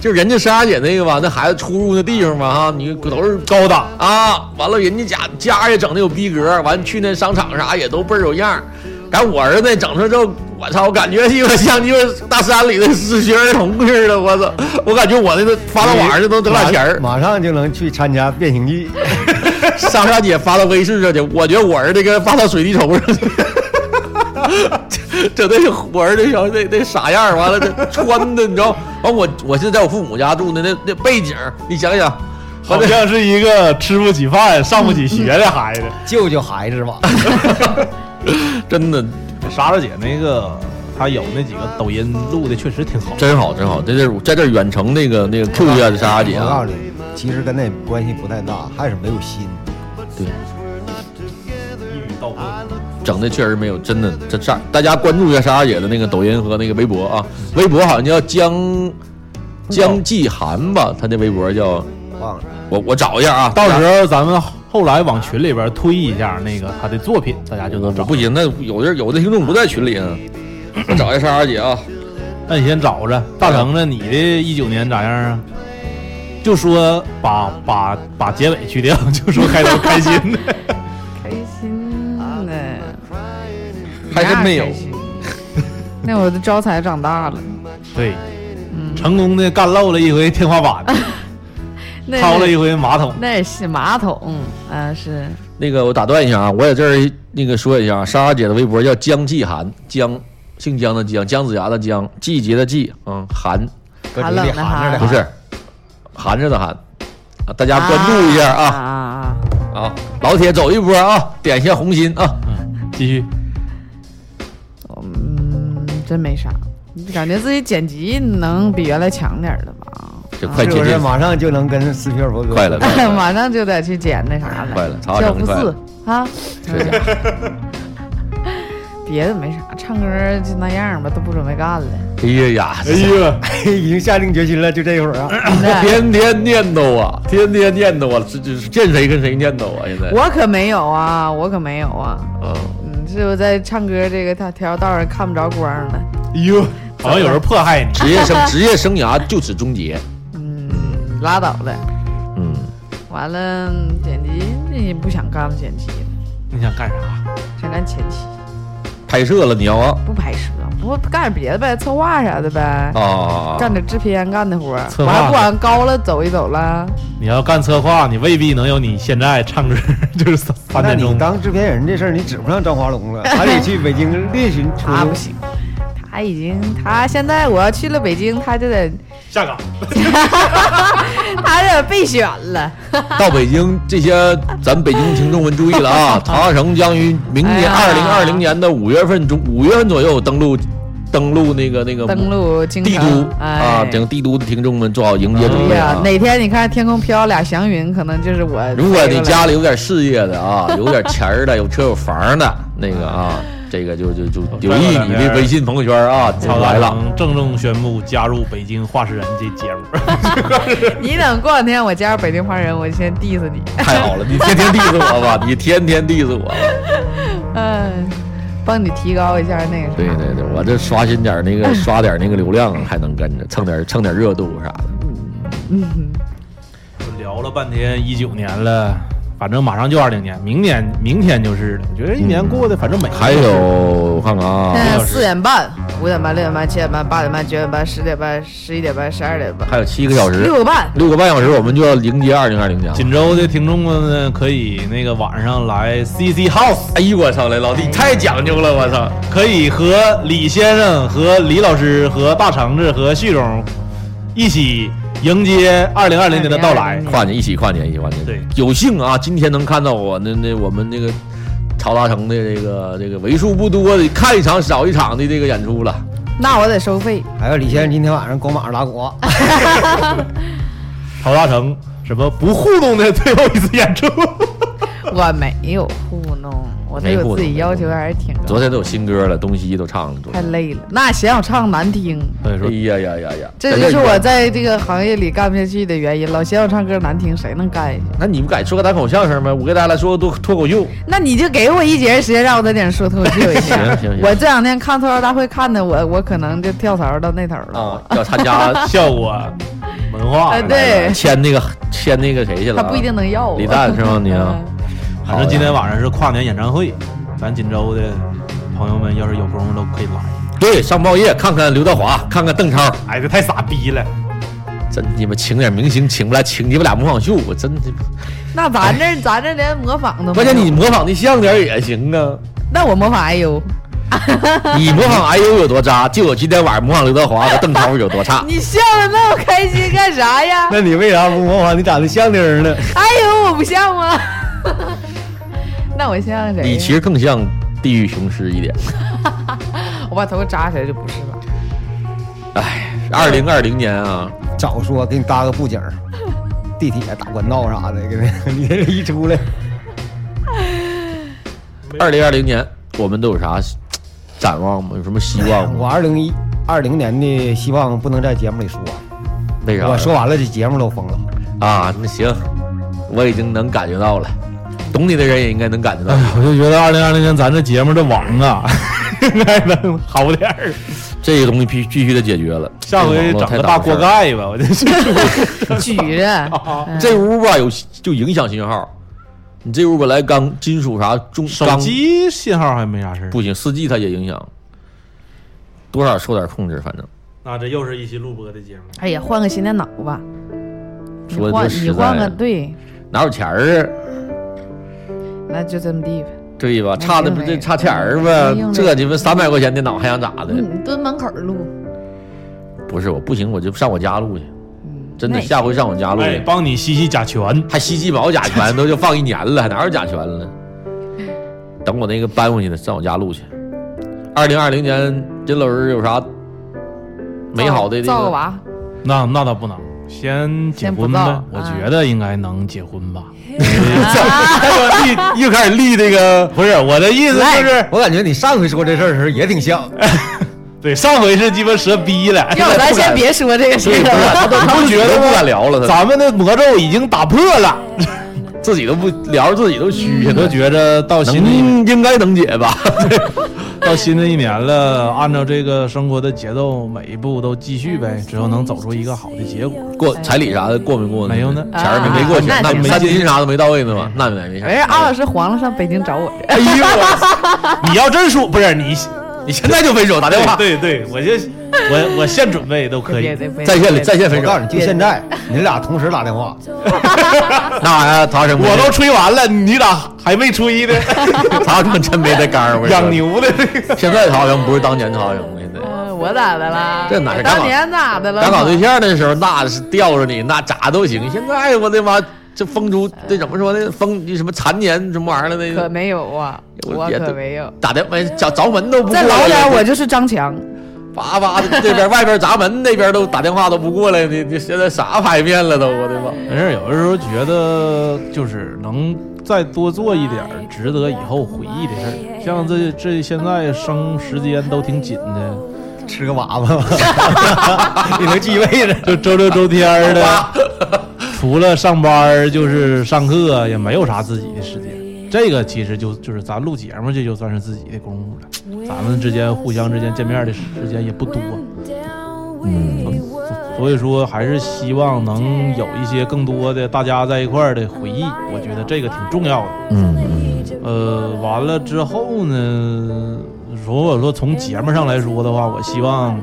S1: 就人家莎莎姐那个吧，那孩子出入那地方吧，哈，你都是
S2: 高档，
S1: 啊，完了人家家家也整的有逼格，完去那商场啥也都倍儿有样儿。然后我儿子整出来之后，我操，我感觉鸡巴像鸡巴大山里的师学儿童似的，我操，我感觉我那个发到网上都整俩钱儿。
S3: 马马上就能去参加变形记。
S1: 莎莎姐发到微视上去，我觉得我儿子跟发到水滴筹上去。 整那我儿子小那那傻样儿完了这穿的你知道，完我我现在在我父母家住的那那背景儿，你想想，完
S2: 好
S1: 了
S2: 像是一个吃不起饭、上不起学的孩子。
S3: 救救孩子吧！
S1: 真的
S2: 莎莎姐那个，她有那几个抖音录的确实挺好。
S1: 真好，真好，在这儿在这儿远程那个那
S2: 哎
S1: 个 Q 一下莎莎姐
S3: 我告
S1: 啊
S3: 诉，你，其实跟那关系不太大，还是没有心。
S1: 对，
S2: 一语道破。
S1: 整的确实没有，真的这莎，大家关注一下莎莎姐的那个抖音和那个微博啊，微博好像叫江
S2: 哦
S1: 江继涵吧，她的微博叫
S3: 忘了，
S1: 我我找一下啊，
S2: 到时候咱们后来往群里边推一下那个她的作品，大家就能
S1: 我
S2: 找。
S1: 嗯不，行，那有的有的听众不在群里啊，我找一下莎莎姐啊，
S2: 那你先找着。大成呢？你的一九年咋样啊？就说把把把结尾去掉， 就说开头开心的。
S4: 开心呢，
S1: 还真没有
S4: 那开心。那我的招财长大了，
S2: 对，成功的干漏了一回天花板，
S4: 那
S2: 掏了一回马桶。
S4: 那是马桶，啊是
S1: 那个我打断一下啊，我在这儿那个说一下啊，莎莎姐的微博叫江继涵，江姓江的江，姜子牙的姜，季节的季，嗯，涵。
S3: 搁
S4: 寒
S3: 嘴里
S4: 冷的
S3: 含
S4: 哈
S3: 着
S1: 不
S3: 的，
S2: 啊
S1: 是，含着的含，啊，大家关注一下
S4: 啊
S1: 啊
S4: 啊！
S1: 啊！老铁
S2: 嗯
S1: 走一波啊，点一下红心啊！
S2: 继续，
S4: 嗯，真没啥，感觉自己剪辑能比原来强点儿了吧？
S1: 这快
S3: 是
S1: 接
S3: 不是
S1: 近
S3: 马上就能跟斯皮尔伯格
S1: 快了， 快了
S4: 马上就得去剪那啥了，
S1: 快了曹浩
S4: 教
S1: 整
S4: 父
S1: 得快
S4: 四
S1: 了
S4: 啊，嗯
S1: 这家伙
S4: 别的没啥，唱歌就那样吧，都不准备 干了。
S1: 哎呀呀，
S2: 哎呀，
S3: 已经下定决心了，就这一会儿啊，
S4: 真的
S1: 天天念叨啊，天天念叨啊，这这见谁跟谁念叨啊，现在
S4: 我可没有啊，我可没有啊，
S1: 嗯，
S4: 嗯，是我在唱歌这个条条道上看不着光了，
S2: 哎呦，好像有人迫害你。
S1: 职业生职业生涯就此终结，
S4: 嗯，拉倒了。
S1: 嗯，
S4: 完了，剪辑也不想干了，剪辑了，
S2: 你想干啥？
S4: 想干前期，
S1: 拍摄了你要啊
S4: 不拍摄，不干点别的呗，策划啥的呗，
S1: 啊，
S4: 干点制片干的活儿，
S2: 策划
S4: 完了不往高了走一走了。
S2: 你要干策划，你未必能有你现在唱歌 就是三三
S3: 那
S2: 点
S3: 你
S2: 钟。
S3: 当制片人这事儿，你指不上张华龙了，还得去北京另寻出
S4: 他
S3: 路
S4: 啊
S1: 嗯
S4: 不。行，他已经他现在我要去了北京，他就得
S2: 下岗，
S4: 他就得备选了。
S1: 到北京，这些咱北京的听众们注意了啊！ 唐亚成将于明
S4: 哎
S1: 年
S4: 呀
S1: 二零二零年的五月份中，五月份左右登陆，登陆那个那个
S4: 登陆京
S1: 帝
S4: 城
S1: 都，啊
S4: 哎，，
S1: 整个帝都的听众们做好迎接准
S4: 对
S1: 备
S4: 呀
S1: 啊，！
S4: 哪天你看天空飘俩祥云，可能就是我。
S1: 如果你家里有点事业的啊， 有点钱儿的，有车有房的，那个啊，
S4: 哎
S1: 这个就就就留意你的微信朋友圈啊，就
S2: 曹
S1: 来了。
S2: 大成郑重宣布加入北京话事人这节目。
S4: 你等过两天我加入北京华人，我先 diss 你。
S1: 太好了，你天天 diss 我吧，你天天 diss 我吧。
S4: 嗯，帮你提高一下那个啥。
S1: 对对对，我这刷新点儿那
S4: 哎
S1: 个，刷点儿那个流量，还能跟着蹭点儿蹭点儿热度啥的。
S4: 嗯
S2: 聊了半天，一九年了，反正马上就二零年，明年明天就是了。我觉得一年过得反正每
S1: 还有我看看啊，
S4: 现在四点半、五点半、六点半、七点半、八点半、九点半、十点半、十一点半、十二点半、
S1: 还有七个小时
S4: 六，个半。
S1: 六个半小时，我们就要迎接二零二零年了。
S2: 锦州的听众们呢，可以那个晚上来 CC House，
S1: 哎呦我操嘞，老弟太讲究了，我操！
S2: 可以和李先生、和李老师、和大橙子、和旭总一起迎接二零二零年的到来。
S1: 跨年一起跨年一起跨年，
S2: 对
S1: 有幸啊，今天能看到我那那我们那个曹大成的这个这个为数不多的看一场少一场的这个演出了。
S4: 那我得收费。
S3: 还有李先生今天晚上光马上打鼓，
S2: 曹大成什么不互动的最后一次演 出，
S4: 我没有糊弄，我对
S1: 没糊弄
S4: 我自己要求还是挺高
S1: 昨。天都有新歌了，东西都唱了，昨
S4: 太
S1: 天。
S4: 累了，那嫌我唱难听，
S2: 所以
S1: 哎
S2: 说
S1: 呀呀呀呀！
S4: 这就是我。在这个行业里干不下去的原因。老嫌我唱歌难听，谁能干下去？
S1: 那你们敢说个单口相声吗？我给大家来说个脱脱口秀。
S4: 那你就给我一节时间，让我在顶上说脱口秀一下。
S1: 行行行
S4: 我这两天看吐槽大会看的我，我可能就跳槽到那头了。
S1: 啊，要参加
S2: 效果文化
S1: 呃哦
S4: 哎，，对，
S1: 签那个签那个谁去了
S4: 他
S1: 啊？
S4: 不一定能要我。
S1: 李诞是吗你啊
S4: 嗯
S2: 反正今天晚上是跨年演唱会，咱锦州的朋友们要是有功夫都可以来。
S1: 对上报业看看刘德华，看看邓超，
S2: 哎，这太傻逼了。
S1: 真你们请点明星请不来，请你们俩模仿秀，我真的。
S4: 哎那咱这儿咱这儿连模仿都没有
S1: 关键你模仿的像点儿也行 啊。
S4: 那我模仿哎 IU，
S1: 你模仿哎呦有多渣，就我今天晚上模仿刘德华和邓超有多
S4: 。
S1: 差
S4: 你笑的那么开心干啥呀
S3: 那你为啥不模仿？你咋的像点儿呢？
S4: ？IU 我不像吗？ 那我像谁呀？
S1: 你其实更像地狱雄狮一点。
S4: 我把头扎起来就不是了。
S1: 哎，二零二零年啊，
S3: 早说给你搭个布景儿，地铁打官道啥的，给你 你这一出来，
S1: 二零二零年我们都有啥展望吗？有什么希望
S3: 我
S1: 吗？
S3: 二零一二零年的希望不能在节目里说，
S1: 为啥呀？
S3: 我说完了这节目都疯了。
S1: 啊，那行，我已经能感觉到了，懂你的人也应该能感觉到
S2: 哎。 呀，我就觉得二零二零年咱这节目这网啊， 应该能好点儿。哎
S1: 这个东西必须必须得解决了。
S2: 下回整个大锅
S1: 盖。
S2: 盖吧，我 就去。
S4: 举着，
S1: 这屋吧有就影响信号，你这屋本来钢金属啥中
S2: 手
S1: 钢
S2: 机信号还没啥事儿。
S1: 不行，四 G 它也影响，多少受点控制，反正
S2: 那这又是一期录播的节目。
S4: 哎呀，换个新电脑吧。你
S1: 说得
S4: 换
S1: 多实
S4: 你换
S1: 在
S4: 个
S1: 啊
S4: 对，
S1: 哪有钱儿啊？
S4: 那就这么地吧。
S1: 对吧？
S4: 没
S1: 差的
S4: 用
S1: 不
S4: 那
S1: 这
S4: 个
S1: 差钱儿
S4: 没
S1: 吗？
S4: 用那
S1: 这
S4: 个
S1: 你们三百块钱电脑还想咋的？
S4: 嗯，蹲门口录。
S1: 不是，我不行，我就上我家录去，
S4: 嗯，
S1: 真的，
S4: 那
S1: 下回上我家录
S2: 哎，
S1: 去。
S2: 帮你吸吸甲醛。
S1: 还吸鸡毛甲醛都就放一年了，哪有甲醛了？等我那个搬回去的，上我家录去。二零二零年金老师有啥美好的这
S4: 造个
S1: 个？
S4: 娃，
S2: 那那倒不能，先结
S4: 先不哎
S2: 婚呗
S4: 造。
S2: 我
S4: 啊
S2: 觉得应该能结婚吧。
S4: 啊
S2: 立又开始立这个，不是我的意思就是，
S3: 我感觉你上回说这事儿的时候也挺像，
S2: 对上回是鸡巴蛇逼 了，
S4: 要不咱先别说这个 事
S1: 对，不
S4: 儿
S1: 敢，
S4: 了。
S1: 他都
S2: 他
S1: 不
S2: 觉得
S1: 都不敢聊了，他
S2: 咱们的魔咒已经打破了，
S1: 自己都不聊，自己都虚，
S2: 也
S4: 嗯
S1: 现
S2: 都
S1: 在
S2: 觉着到新的一年
S1: 能应该能解吧？
S2: 到新的一年了，按照这个生活的节奏，每一步都继续呗，只要能走出一个好的结果。
S1: 过彩礼啥的过没过呢？
S2: 没有呢
S1: 钱儿没没过去，
S4: 哎啊那
S1: 那
S4: 没
S1: 三金啥的没到位呢吗？那没没啥。
S4: 没事，阿老师黄了上北京找我 去。
S2: 哎呦，我 你要真说不是你，
S1: 你现在就分手打电话，
S2: 对对，我就我我现准备都可以
S4: 别。别别
S1: 在线里
S4: 别
S1: 在线
S3: 我
S1: 分手
S3: 告，诉你，就现在，你俩同时打电话，
S1: 那玩意儿他什么？
S2: 我都吹完了，你咋还没吹 呢？
S1: 他可真没得杆儿，我跟你说
S2: 养。牛的，
S1: 现在曹营不是当年曹营了，现 在。
S4: 呃我咋的啦？
S1: 这哪是
S4: 我
S1: 干
S4: 当
S1: 嘛
S4: 年咋的了？
S1: 咱搞对象的时候，那是吊着你，那咋都行。现在我的妈，这风烛这怎么说呢？风什么残年什么玩意儿了那
S4: 可
S1: 个，
S4: 没有啊，
S1: 我
S4: 我
S1: 别的
S4: 可没有。
S1: 打电话找着门都不过
S4: 再
S1: 来
S4: 老点，我就是张强。
S1: 叭叭的这边外边砸门，那边都打电话都不过来。你你现在啥牌面了都，我的妈！
S2: 没事，有的时候觉得就是能再多做一点儿值得以后回忆的事儿。像这这现在生时间都挺紧的，
S3: 吃个娃娃吧， 你能继位着？
S2: 就周六周天儿的，除了上班儿就是上课，也没有啥自己的时间。这个其实就就是咱录节目，这就算是自己的功夫了。咱们之间互相之间见面的时间也不多，
S1: 嗯，
S2: 所以说还是希望能有一些更多的大家在一块儿的回忆。我觉得这个挺重要的。
S1: 嗯
S2: 呃，完了之后呢，如果说从节目上来说的话，我希望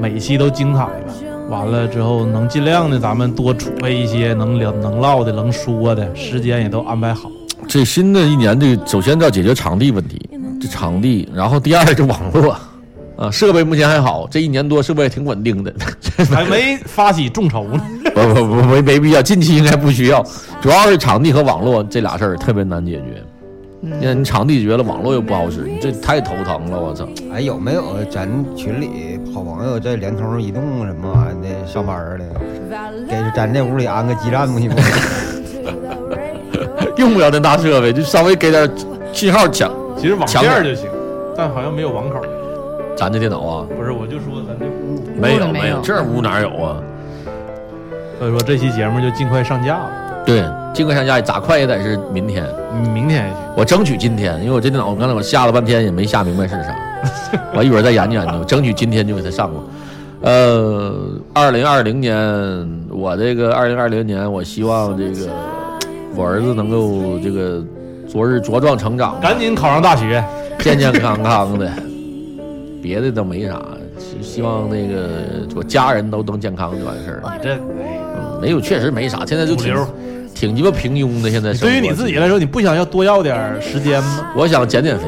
S2: 每一期都精彩吧。完了之后，能尽量的咱们多储备一些能聊、能唠的、能说的，时间也都安排 好。
S1: 这新的一年，这首先要解决场地问题，这场地，然后第二就网络。啊，设备目前还好，这一年多设备挺稳定的，
S2: 还没发起众筹呢，
S1: 不不不没没必要，近期应该不需要，主要是场地和网络这俩事儿特别难解决。
S4: 嗯
S1: 你看你场地解决了，网络又不好使，你嗯这太头疼了，我操！
S3: 哎，有 没有咱群里好朋友在联通、移动什么玩意儿的上班儿的，给咱这屋里安个基站不行吗？
S1: 用不了那大设备，就稍微给点信号强。
S2: 其实网
S1: 强
S2: 店
S1: 点
S2: 儿就行，但好像没有网口。
S1: 咱这电脑啊，
S2: 不是，我就说咱这屋。
S1: 没有
S4: 屋里没有
S1: 这屋哪有啊？
S2: 所以说这期节目就尽快上架了，
S1: 对，金哥上架咋快也得是明天，
S2: 明天也行。
S1: 我争取今天，因为我这电脑我刚才我下了半天也没下明白是 啥，我一会儿再研究研究，争取今天就给它上了。呃，二零二零年，我这个二零二零年，我希望这个我儿子能够这个昨日茁壮成长吧，
S2: 赶紧考上大学，
S1: 健健康康的，别的倒没啥，希希望那个我家人都能健康就完事儿了。
S2: 这哎
S1: 嗯没有，确实没啥，现在就挺
S2: 主流
S1: 挺鸡巴平庸的。现在生活
S2: 对于你自己来说，你不想要多要点儿时间吗？
S1: 我想减减肥，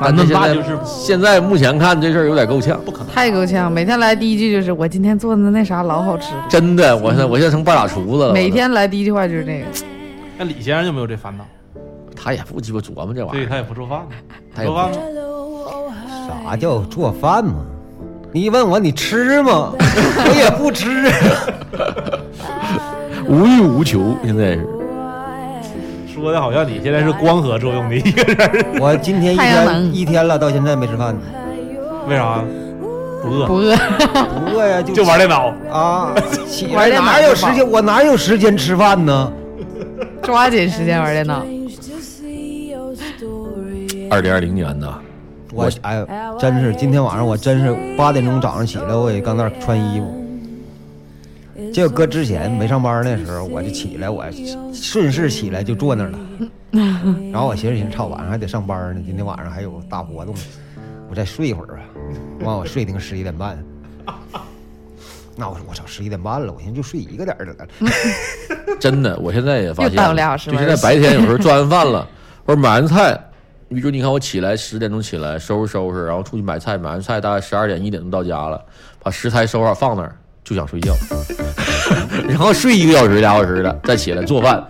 S1: 但
S2: 那
S1: 这现
S2: 那
S1: 在
S2: 就是
S1: 现在目前看这事儿有点够呛，不可能。
S4: 太够呛，每天来第一句就是我今天做的那啥老好吃了，
S1: 真的，我现在我现在成半拉厨子了。
S4: 每天来第一句话就是这个。
S2: 那李先生就没有这烦恼，
S1: 我他也不鸡巴琢磨这玩意
S2: 对
S1: 儿，
S2: 他也不做饭，
S1: 他也
S2: 做
S1: 不
S2: 饭吗？
S3: 啥叫做饭嘛？你一问我你吃 吗？我也不吃。
S1: 无欲无求，现在是
S2: 说的好像你现在是光合作用的一个人，
S3: 我今天一
S4: 太阳能
S3: 天一天了，到现在没吃饭呢。
S2: 为啥？不饿，
S4: 不饿，
S3: 不过呀，就
S2: 就玩电脑。
S3: 啊，起来
S4: 玩电脑
S3: 哪有时间？我哪有时间吃饭呢？
S4: 抓紧时间玩电脑。
S1: 二零二零年呐，
S3: 我哎呦，真是今天晚上我真是八点钟早上起来，我也搁那儿穿衣服。这搁之前没上班那时候，我就起来，我顺势起来就坐那儿了。然后我寻思寻思，操，晚上还得上班呢，今天晚上还有大活动，我再睡一会儿吧。完我睡ถึ十一点半，那我说我操，十一点半了，我寻思就睡一个点儿得了。
S1: 真的，我现在也发现
S4: 又耽误俩小时
S1: 就
S4: 玩
S1: 现在
S4: 儿游戏
S1: 白天有时候做完饭了， 或者买完菜，比如你看我起来十点钟起来收拾收拾，然后出去买菜，买完菜大概十二点一点钟到家了，把食材收拾好放 那儿就想睡觉，然后睡一个小时俩小时的，再起来做饭，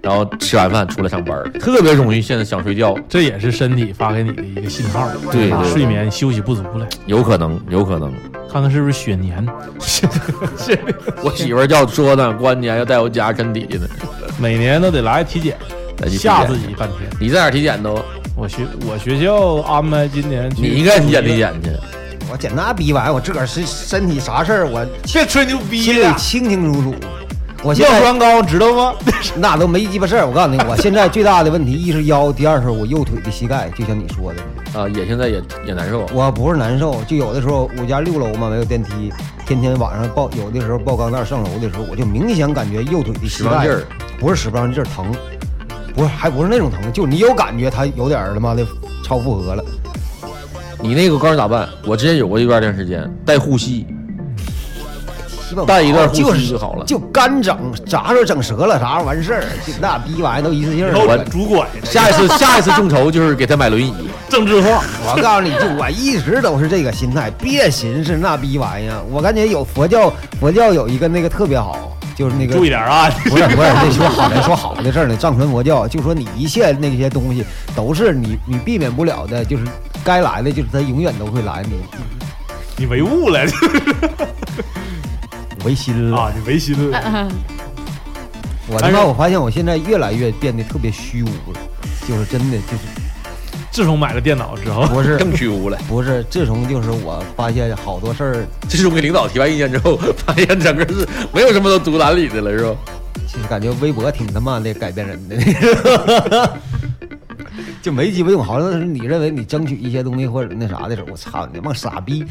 S1: 然后吃完饭出来上班儿，特别容易现在想睡觉，
S2: 这也是身体发给你的一个信号，
S1: 对对
S2: 睡眠休息不足了，
S1: 有可能，有可能。
S2: 看看是不是血 粘，
S1: 我媳妇儿要说呢，过完年要带我家身体去呢，
S2: 每年都得来体检，
S1: 带去体
S2: 吓
S1: 检
S2: 自己半天。
S1: 你在哪儿体检都？
S2: 我学我学校安排今年去，
S1: 你应该体检体，检去。
S3: 我捡那逼玩意儿，我自个儿身身体啥事儿，我
S2: 别吹牛逼
S3: 心里
S2: 了。
S3: 清清楚楚。我现
S2: 尿
S3: 在
S2: 酸高知道吗？
S3: 那都没鸡巴事儿，我告诉你，我现在最大的问题一是腰，第二是我右腿的膝盖，就像你说的，
S1: 啊，也现在也也难受。
S3: 我不是难受，就有的时候我家六楼嘛没有电梯，天天晚上抱，有的时候抱钢蛋上楼的时候，我就明显感觉右腿的膝
S1: 使不上
S3: 盖
S1: 劲儿
S3: 不是使不上劲儿疼，不是还不是那种疼，就你有感觉它有点儿他妈的超负荷了，
S1: 你那个我告诉你咋办？我之前有过一段段时间带护膝，
S3: 基本
S1: 带一段
S3: 好就
S1: 护膝
S3: 是
S1: 就好了
S3: 就干整砸着整折了啥完事儿，就那逼玩意儿都一次性儿
S2: 然
S3: 的。
S2: 后
S1: 我
S2: 主管
S1: 下一次 下一次众筹就是给他买轮椅。
S2: 政治化，
S3: 我告诉你，就我一直都是这个心态，别寻思那逼玩意儿。我感觉有佛教，佛教有一个那个特别好，就是那个
S2: 注意点啊！
S3: 不是不是，这说好的说好的事儿呢，藏传佛教就说你一切那些东西都是你你避免不了的，就是该来的就是它永远都会来，你
S2: 你唯物 了
S3: 违心了。
S2: 啊！哎你违
S4: 嗯
S2: 心了。
S3: 我他
S2: 但是
S3: 妈我发现我现在越来越变得特别虚无了，就是真的就是
S2: 自从买了电脑之后，
S3: 不是
S1: 更虚无了。
S3: 不是，自从就是我发现好多事儿
S1: 这是我给领导提完意见之后，发现整个是没有什么都独揽理的了，是吧？
S3: 其实感觉微博挺他妈的改变人的， 就没鸡巴用。好像是你认为你争取一些东西或者那啥的时候，我操你妈傻逼，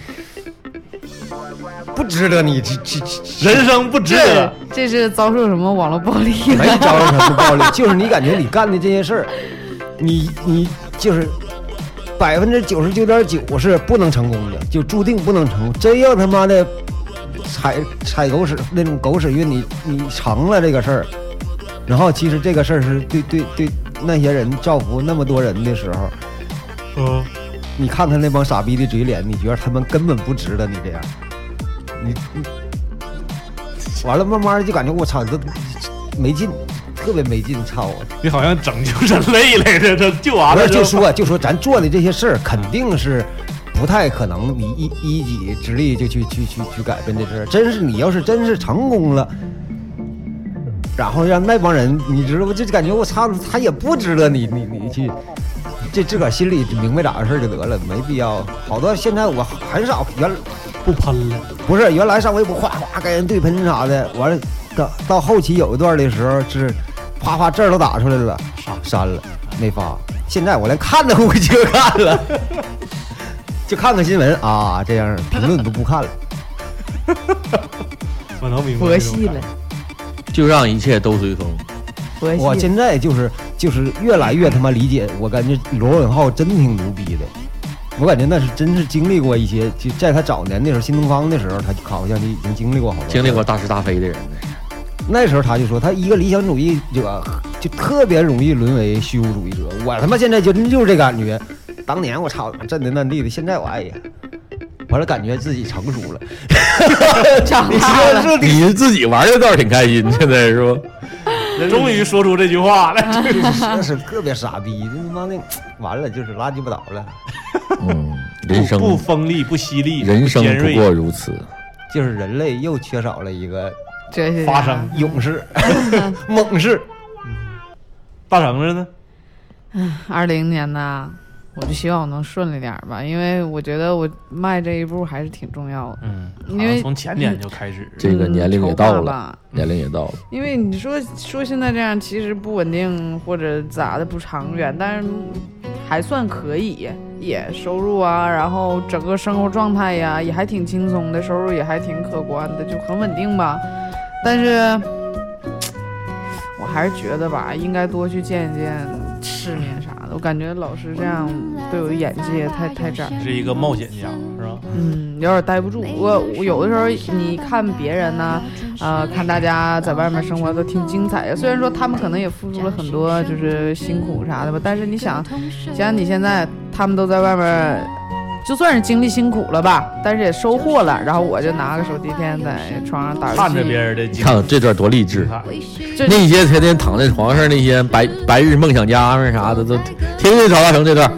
S3: 不值得你这这这
S2: 人生不值
S4: 这
S2: 得。
S4: 这是遭受什么网络暴力
S2: 哎
S3: 没
S4: 了？
S3: 招惹什么暴力，就是你感觉你干的这些事儿，你你就是百分之九十九点九是不能成功的，就注定不能成功。真要他妈的踩踩狗屎那种狗屎运，你你成了这个事儿，然后其实这个事儿是对对对那些人造福那么多人的时候，
S2: 嗯，
S3: 你看看那帮傻逼的嘴脸，你觉得他们根本不值得你这样，你你完了慢慢就感觉我操这没劲，特别没劲，操我。
S2: 你好像拯救人类来着，这救完
S3: 不
S2: 了
S3: 是，
S2: 之后
S3: 就说就说咱做的这些事儿，肯定是不太可能你一一己之力就去去去去改变这事儿。真是你要是真是成功了，然后让那帮人，你知道不？就感觉我操，他也不值得你你你去。这自个儿心里明白咋回事儿就得了，没必要。好多现在我很少原
S2: 不喷了，
S3: 不是，原来上微博哗哗跟人对喷啥的，完了到到后期有一段的时候是哗哗字儿都打出来了，删了没发。现在我连看都不去看了， 就看看新闻啊，这样评论都不看了。
S2: 我能明白
S4: 佛
S2: 这种
S4: 系
S2: 感
S4: 了
S2: 觉。，
S1: 就让一切都随风。
S4: 佛系了。
S3: 我现在就是就是越来越他妈理解，我感觉罗永浩真挺牛逼的。我感觉那是真是经历过一些，就在他早年的时候，新东方的时候，他就好像就已经经历过好多事儿，
S1: 经历过大是大非的人呢，
S3: 那时候他就说，他一个理想主义者就特别容易沦为虚无主义者。我他妈现在就就是这感觉，当年我操震天乱地的，现在我哎呀，完了感觉自己成 熟了，
S4: 长
S3: 你
S4: 大
S3: 说
S4: 了，
S3: 是
S1: 你自己玩的倒是挺开心，现在是吧？
S2: 终于说出这句话了，
S3: 那是特别傻逼，这他妈的完了就是垃圾不倒了，
S1: 嗯， 人生
S2: 不锋利，不犀利，
S1: 人生
S2: 尖
S1: 不
S2: 锐，
S1: 过如此。
S3: 就是人类又缺少了一个
S4: 这是
S2: 发生
S3: 勇 士、猛士。
S2: 大橙子呢？
S4: 二零年呐，我就希望我能顺利点儿吧，因为我觉得我迈这一步还是挺重要的。
S2: 嗯，
S4: 因为
S2: 好像从前年就开始，
S1: 这个
S4: 嗯
S1: 年龄也到
S4: 筹划
S1: 了，
S4: 吧
S1: 年龄也到了。
S4: 因为你说说现在这样，其实不稳定或者咋的不长远，但是还算可以，也收入啊，然后整个生活状态呀、也还挺轻松的，收入也还挺可观的，就很稳定吧。但是，我还是觉得吧，应该多去见一见世面啥的。我感觉老师这样对我的眼界太太窄了。
S2: 是一个冒险家，是吧？
S4: 嗯，有点待不住。我我有的时候你看别人呢，呃，看大家在外面生活都挺精彩的，虽然说他们可能也付出了很多，就是辛苦啥的吧，但是你想，想想你现在他们都在外面就算是经历辛苦了吧，但是也收获了。然后我就拿个手机天天在床上打游戏，
S2: 看着别人的
S1: 你
S2: 经
S1: 看这段多励志！
S2: 看
S4: 这
S1: 那些天天躺在床上那些白白日梦想家们啥的，都天天找大成这段，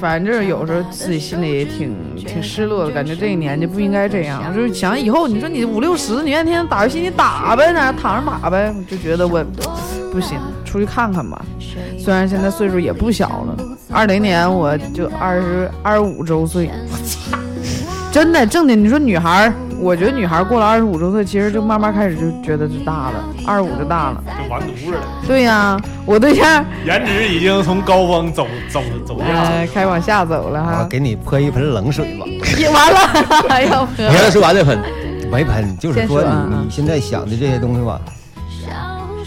S4: 反正有时候自己心里也挺挺失落的，感觉这个年纪不应该这样。就是想以后，你说你五六十，你愿意天天打游戏，你打呗，那躺着打呗，就觉得我不行，出去看看吧。虽然现在岁数也不小了，二零年我就二十二五周岁，真的正经。你说女孩儿，我觉得女孩儿过了二十五周岁，其实就慢慢开始就觉得就大了，二十五就大了。
S2: 就完犊子了，
S4: 对呀、我对象
S2: 颜值已经从高峰走走走下
S1: 哎
S4: 呃开始往下走了
S3: 我
S4: 哈，
S3: 给你泼一盆冷 水吧，
S4: 也完了，哎要喝
S1: 你。看他说完再喷，
S3: 没喷，就是
S4: 先
S3: 说
S4: 说啊
S3: 你你现在想的这些东西吧，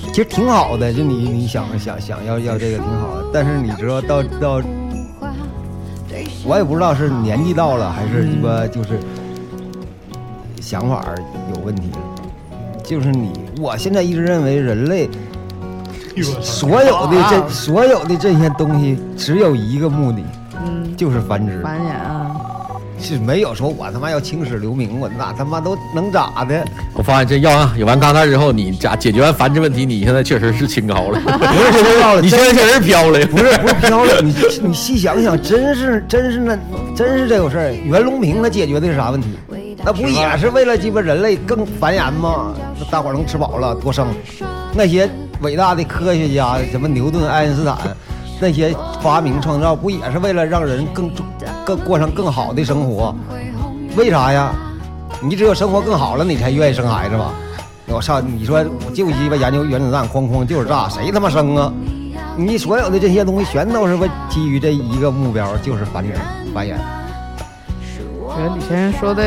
S3: 其实挺好的，就你你想想想要要这个挺好的，但是你知道到到，我也不知道是年纪到了还是鸡巴就是想法儿有问题了，就是你我现在一直认为人类。所有的
S4: 啊
S3: 这所有的这些东西，只有一个目的，
S4: 嗯，
S3: 就是繁殖，
S4: 繁衍啊，
S3: 是没有说我他妈要青史留名，我那他妈都能咋的？
S1: 我发现这要啊，有完钢蛋之后，你家解决完繁殖问题，你现在确实是清 高了，
S3: 不是说到了，
S1: 你现在确实飘了。
S3: 不是不是飘了，你你细想想，真是真是那真是这回事儿。袁隆平他解决的是啥问题？那不也是为了鸡巴人类更繁衍吗？那大伙儿能吃饱了多生。那些伟大的科学家，什么牛顿、爱因斯坦，那些发明创造，不也是为了让人更更过上更好的生活？为啥呀？你只有生活更好了，你才愿意生孩子吧？我哎上你说我就鸡巴研究原子弹，哐哐就是炸，谁他妈生啊？你所有的这些东西全都是为基于这一个目标，就是繁衍繁衍。
S4: 觉得李先生说的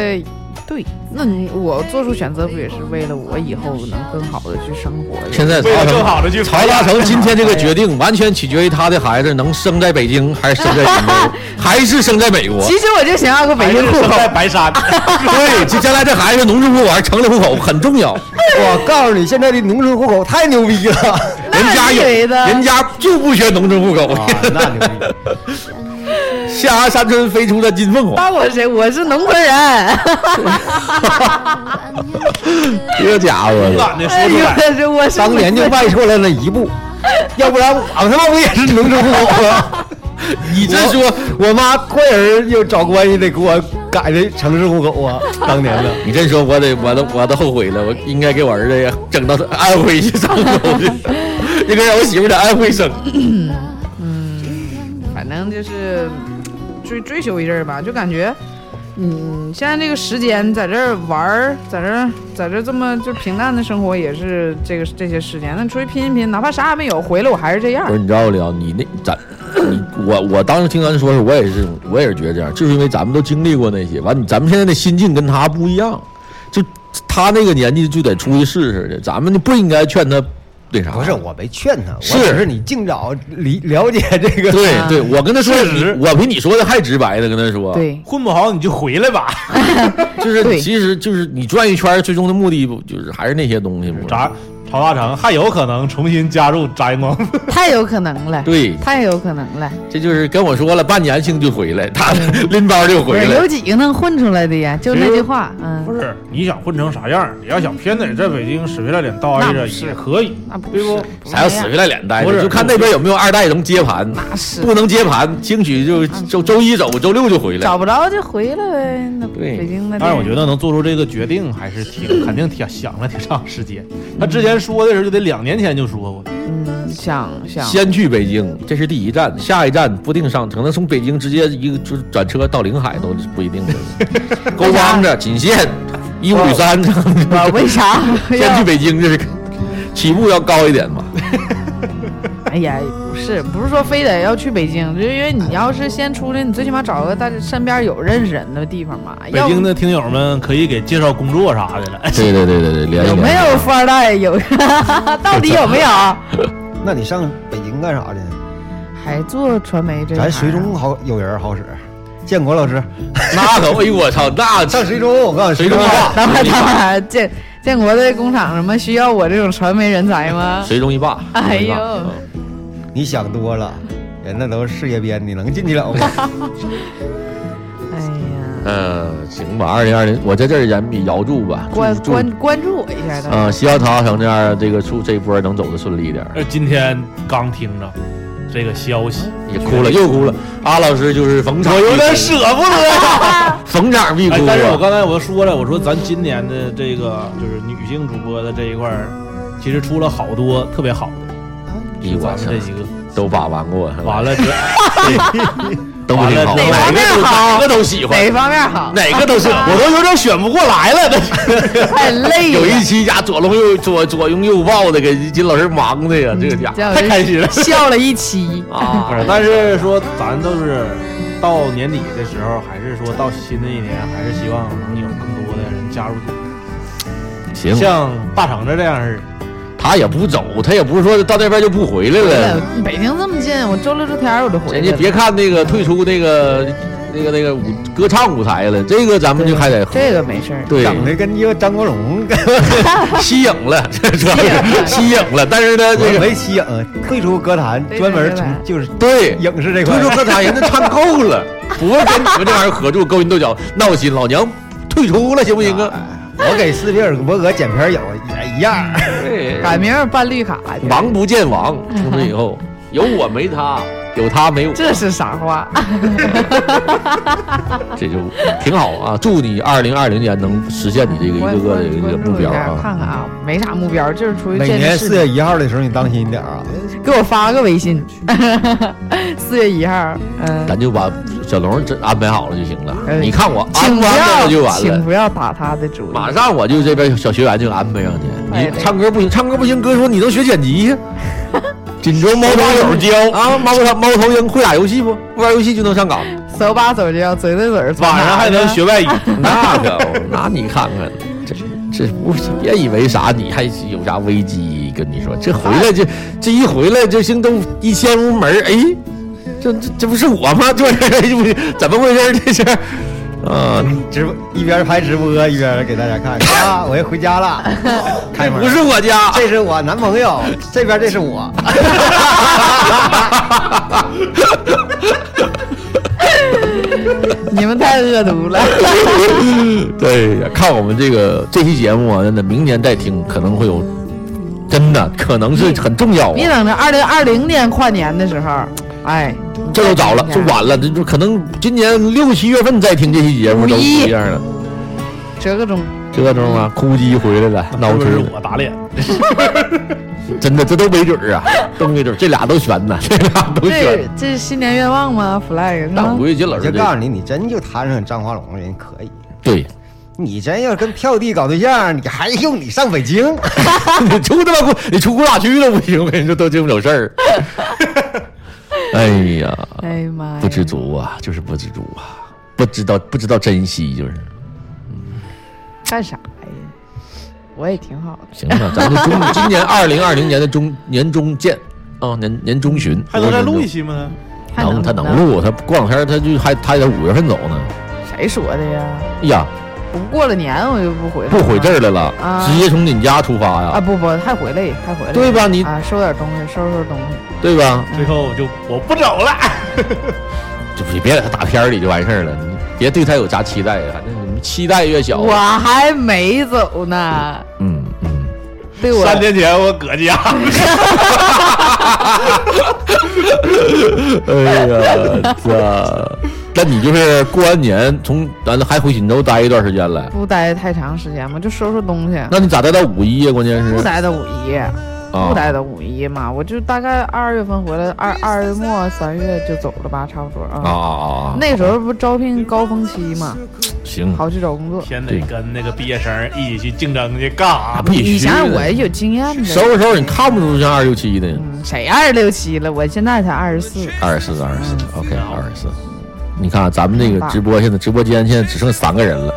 S4: 对。那你我做出选择不也是为了我以后能更好的去生活？
S1: 现在
S2: 为
S1: 曹
S2: 了更
S1: 成，
S2: 好的去
S1: 曹大成今天这个决定，完全取决于他的孩子能生在北京，还是生在锦州，还是生在美国。
S4: 其实啊我就想要个北京户口，
S2: 在白 山，
S1: 对，这将来这孩子农村户口还是城里户口很重 要。
S3: 我告诉你，现在的农村户口太牛 逼了，
S1: 人家有，
S4: 谁的
S1: 人家就不缺农村户口。
S3: 哦那牛逼！
S1: 下崖山村飞出了金凤 凰，
S4: 当我谁？我是农村人。
S1: 这家伙
S2: 勇
S1: 的，
S2: 敢的
S4: 哎
S2: 说出来，
S4: 呦，这我是
S3: 当年就迈错了那一步，要不然我他妈不也是农村户口 吗？
S1: 你这说，
S3: 我妈托人就找关系得给我改的城市户口啊，当年 的。
S1: 你这说，我得，我都，我都后悔了，我应该给我儿子也整到他安徽去上头去， 应该让我媳妇在安徽生。
S4: 反正就是嗯追追求一阵儿吧，就感觉，嗯，现在这个时间在这儿玩儿，在这儿在这儿这么就平淡的生活，也是这个这些时间。那出去拼一拼，哪怕啥也没有，回来我还是这样
S1: 不。是，你知道不了，你那咱，你我我当时听咱说的时候，我也是这种，我也是觉得这样，就是因为咱们都经历过那些，完，咱们现在的心境跟他不一样，就他那个年纪就得出去试试去，咱们就不应该劝他那啥。
S3: 不是，我没劝他，我
S1: 是
S3: 只是你尽早理了解这个。
S1: 对对，我跟他说的
S2: 事实
S1: 比，我比你说的还直白的跟他说，，
S4: 对，
S2: 混不好你就回来吧。
S1: 就是
S4: 对
S1: 其实就是你转一圈儿，最终的目的不就是还是那些东西吗？
S2: 咱曹大成还有可能重新加入翟光，
S4: 太有可能了，
S1: 对，
S4: 太有可能了。
S1: 这就是跟我说了半年兴就回来，他 拎包就
S4: 不
S1: 回
S4: 是
S1: 来
S4: 有。几个能混出来的呀？就那句话，嗯，
S2: 不是你想混成啥样？你要想偏得在北京死皮赖脸到
S4: 那
S2: 挨
S4: 不
S2: 着
S4: 是
S2: 也可以，
S4: 那不
S2: 对不
S4: 是？不
S1: 啥叫
S4: 那
S1: 死
S4: 样
S1: 皮赖脸待
S2: 不
S1: 着？
S2: 是
S1: 就看那边有没有二代能接盘，
S4: 那啊是
S1: 不能接盘，兴许就周周一走，周六就回来
S4: 嗯找。不着就回来呗。那
S1: 对
S4: 北京那地儿，
S2: 但是我觉得能做出这个决定还是挺肯定挺想了挺长时间。他之前说的时候就得两年前就说过，
S4: 嗯，想想
S1: 先去北京，这是第一站，下一站不定上，可能从北京直接一个就是转车到临海都不一定的。 沟帮子、锦县、一五三，
S4: 我为啥
S1: 先去
S4: 要？
S1: 北京就是起步要高一点嘛。
S4: 哎呀，不是不是说非得要去北京，就是因为你要是先出去，你最起码找个大家身边有认识人的地方嘛。
S2: 北
S4: 要
S2: 京的听友们可以给介绍工作啥的了。
S1: 对对对对对，联系
S4: 有没有富二代？有， 到底有 没有？
S3: 那你上北京干啥去？
S4: 还做传媒这行啊？
S3: 咱绥中好有人好使，建国老师
S1: 那可，哎呦我操，那
S3: 上绥中，我告诉你，
S1: 绥中
S3: 啊
S1: 好
S4: 等会儿等会儿，建建国的工厂什么需要我这种传媒人才吗？
S1: 谁容易霸？
S4: 哎呦
S1: 嗯
S3: 你想多了，人那都是事业编，你能进去了吗？
S4: 哎呀，
S1: 嗯，行吧，二零二零，我在这儿言笔遥祝吧，
S4: 关
S1: 祝
S4: 关关注我一下
S1: 祝
S4: 的。
S1: 啊，希望陶小成这样这个出这一波能走得顺利一点儿。
S2: 而今天刚听着这个消息，
S1: 也哭了，又哭了。阿老师就是逢场
S2: 我有点
S1: 必
S2: 舍不得。
S1: 哭， 逢场必哭
S2: 哎，但是我
S1: 啊。
S2: 刚才我说了，我说咱今年的这个就是女性主播的这一块儿，其实出了好多特别好的，
S1: 哎呦
S2: 咱
S1: 我
S2: 们
S1: 操
S2: 这，几个
S1: 都把玩过，是吧
S2: 完了这。
S1: 都
S2: 完
S1: 挺
S2: 了
S1: 好，
S2: 哪
S1: 哪
S4: 方
S1: 个
S4: 面
S1: 都
S4: 好
S1: 哪个都喜欢
S4: 哪，方面好？
S1: 哪个都是，我都有点选不过来了。都
S4: 太累了。
S1: 有 一期家左拥右左左拥右抱的，给金老师忙的呀，这个家
S4: 这样
S1: 太开心了
S4: 笑了一期。
S2: 不
S1: 啊
S2: 是，！但是说咱都是到年底的时候，还是说到新的一年，还是希望能有更多的人加入进来，
S1: 行，
S2: 像大橙子这样似的。
S1: 他也不走，他也不是说到那边就不回来了。
S4: 北京这么近，我周六周天我就回
S1: 人
S4: 去
S1: 家
S4: 了。
S1: 别看那个退出那个那个那个舞歌唱舞台了，这个咱们就还得
S4: 这个没事儿。
S1: 对
S3: 整的 跟一个张国荣，
S1: 吸引了，这主要是吸引了。但是呢，这
S3: 我
S1: 个
S3: 没吸引，退出歌坛，
S4: 对
S3: 专门
S4: 对对
S3: 从就是
S1: 对
S3: 影视这块
S1: 退出。歌坛，人家唱够了，不是跟你们这玩意儿合作勾心斗角闹心，老娘退出了行不行啊？
S3: 我给斯皮尔伯格剪片儿有也一样。
S1: 对
S4: 哎改名儿办绿卡去。
S1: 王不见王，从此以后有我没他，有他没我，
S4: 这是啥 话？
S1: 这就挺好啊！祝你二零二零年能实现你这个一个个的一个
S4: 关注
S1: 目
S4: 一
S1: 标
S4: 下，
S1: 啊！
S4: 看看啊，没啥目标，就是出去
S3: 每
S4: 见
S3: 年
S4: 见
S3: 四
S4: 世
S3: 月
S4: 面。
S3: 一号的时候，你当心点儿啊！
S4: 给我发个微信， 四月一号，嗯，
S1: 咱就把小龙这安排好了就行了。
S4: 哎
S1: 你看我
S4: 请
S1: 安
S4: 不
S1: 排好
S4: 要，
S1: 了就完
S4: 请
S1: 了，
S4: 不要打他的主意。
S1: 马上我就这边小学员就安排上去。
S4: 哎
S1: 你唱歌不行，唱歌不行，哥说你能学剪辑 去。锦州猫头鹰教啊，猫头猫头鹰会打游戏
S4: 嗯
S1: 不？会玩游戏就能 上岗，
S4: 手把手就要，嘴对嘴儿，
S2: 晚上还能学外语，
S1: 那可不那你看看，这这不是别以为啥，你还有啥危机？跟你说，这回来这这一回来这星都一掀屋门儿，哎，这这这不是我吗？这 这不是怎么回事儿？这是啊，
S3: 直播一边拍直播一边给大家看啊！我要回 家了，开门。
S1: 不是，我 家，
S3: 这是我男朋友，这边这是我。
S4: 你们太恶毒了。
S1: 对呀，看我们这个这期节目啊，真的明年再听可能会有，真的可能是很重要啊。
S4: 你等着二零二零年跨年的时候，哎，
S1: 这都早了，
S4: 你
S1: 就
S4: 再听一下，
S1: 晚了，这就可能今年六七月份再听这期节目都不一样了。
S4: 折个中。
S1: 这中啊，哭鸡回来了，
S2: 是
S1: 闹
S2: 不
S1: 吃
S2: 是
S1: 了，
S2: 我打脸？
S1: 真的这都没准儿啊，都没准儿，这俩都悬呐，这俩都
S4: 这
S1: 悬。
S4: 这是新年愿望吗？flag 是
S1: 但
S4: 吗
S1: 我？估计金老
S3: 我
S1: 师这
S3: 就告诉你，你真就摊上张华龙人可以。
S1: 对，
S3: 你真要跟票弟搞对象，你还用你上北京？
S1: 你出他妈你出古拉区都不行，我跟你说都经不了事儿。 哎呀，
S4: 哎呀妈呀！
S1: 不知足啊，就是不知足啊，不知道不知道珍惜就是。
S4: 干啥呀？我也挺好的。
S1: 行吧，咱们 中今年二零二零年的中年中见啊，年年中旬
S2: 还能再录一期吗？
S4: 还
S1: 能他
S4: 能不
S1: 能？录，啊他过两天他就还他还得五月份走呢。
S4: 谁说的呀？
S1: 哎呀，
S4: 我过了年我就不回来
S1: 不
S4: 了吗。
S1: 回这儿来了，
S4: 啊
S1: 直接从你家出发呀，
S4: 啊！不不，还回来，还回来。
S1: 对吧？你、
S4: 啊，收点东西，收拾收拾东西。
S1: 对吧？
S2: 最后我就我不走了。
S1: 就别别在他大片儿里就完事儿了，你别对他有啥期待呀，反正你们期待越小，
S4: 我还没走呢，
S1: 嗯嗯，
S4: 对我
S2: 三年前我搁家，
S1: 哎呀，这，那你就是过完年从咱还回锦州待一段时间了，
S4: 不待太长时间嘛，就收拾东西。
S1: 那你咋待到五一呀？关键是
S4: 不待到五一，
S1: 啊
S4: 不待到五一嘛，我就大概二月份回来，二二月末嗯三月就走了吧，差不多
S1: 啊啊
S4: 啊。
S1: 啊！啊
S4: 那时候不招聘高峰期嘛，
S1: 行，
S4: 好去找工作。
S2: 先得跟那个毕业生一起去竞争去干啥
S1: 啊
S2: 吧？
S1: 必须
S4: 你想想，
S1: 的
S4: 我也有经验
S1: 收
S4: 的。
S1: 拾收拾，你看不出像二六七的，
S4: 嗯，谁二十六七了？我现在才二十四。
S1: 二十四二十
S4: 嗯
S1: 四，OK
S2: 好
S1: 二十四。你看、啊、咱们那个直播，现在直播间现在只剩三个人了。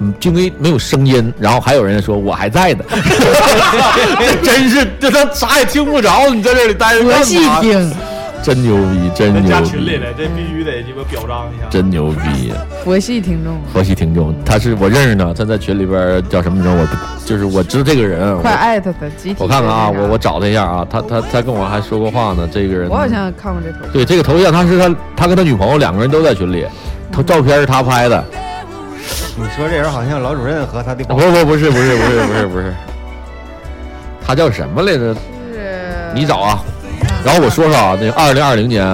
S1: 嗯，就因为没有声音，然后还有人说我还在 呢，这 真是这他啥也听不着，你在这里待着
S4: 佛
S1: 干
S4: 系
S1: 嘛？
S4: 听，
S1: 真牛逼，真
S2: 那
S1: 牛
S2: 加群里
S1: 逼，
S2: 了，这必须得鸡巴表彰一下。
S1: 真牛逼！
S4: 佛系听众，
S1: 佛系听众，他是我认识呢，他在群里边叫什么名儿？我不就是我知道这个人，啊
S4: 快
S1: 我
S4: 艾特他集体。
S1: 我看看啊，我我找他一下啊，他他他跟我还说过话呢，这个人
S4: 我好像看过这头。
S1: 对这个头像，他是他他跟他女朋友两个人都在群里，头照片是他拍的，
S3: 你说这人好像老主任和他的
S1: 不
S3: 保，
S1: 不不是不是不是不是不是，他叫什么来着？
S4: 是
S1: 你找啊。然后我说说啊，那个二零二零年，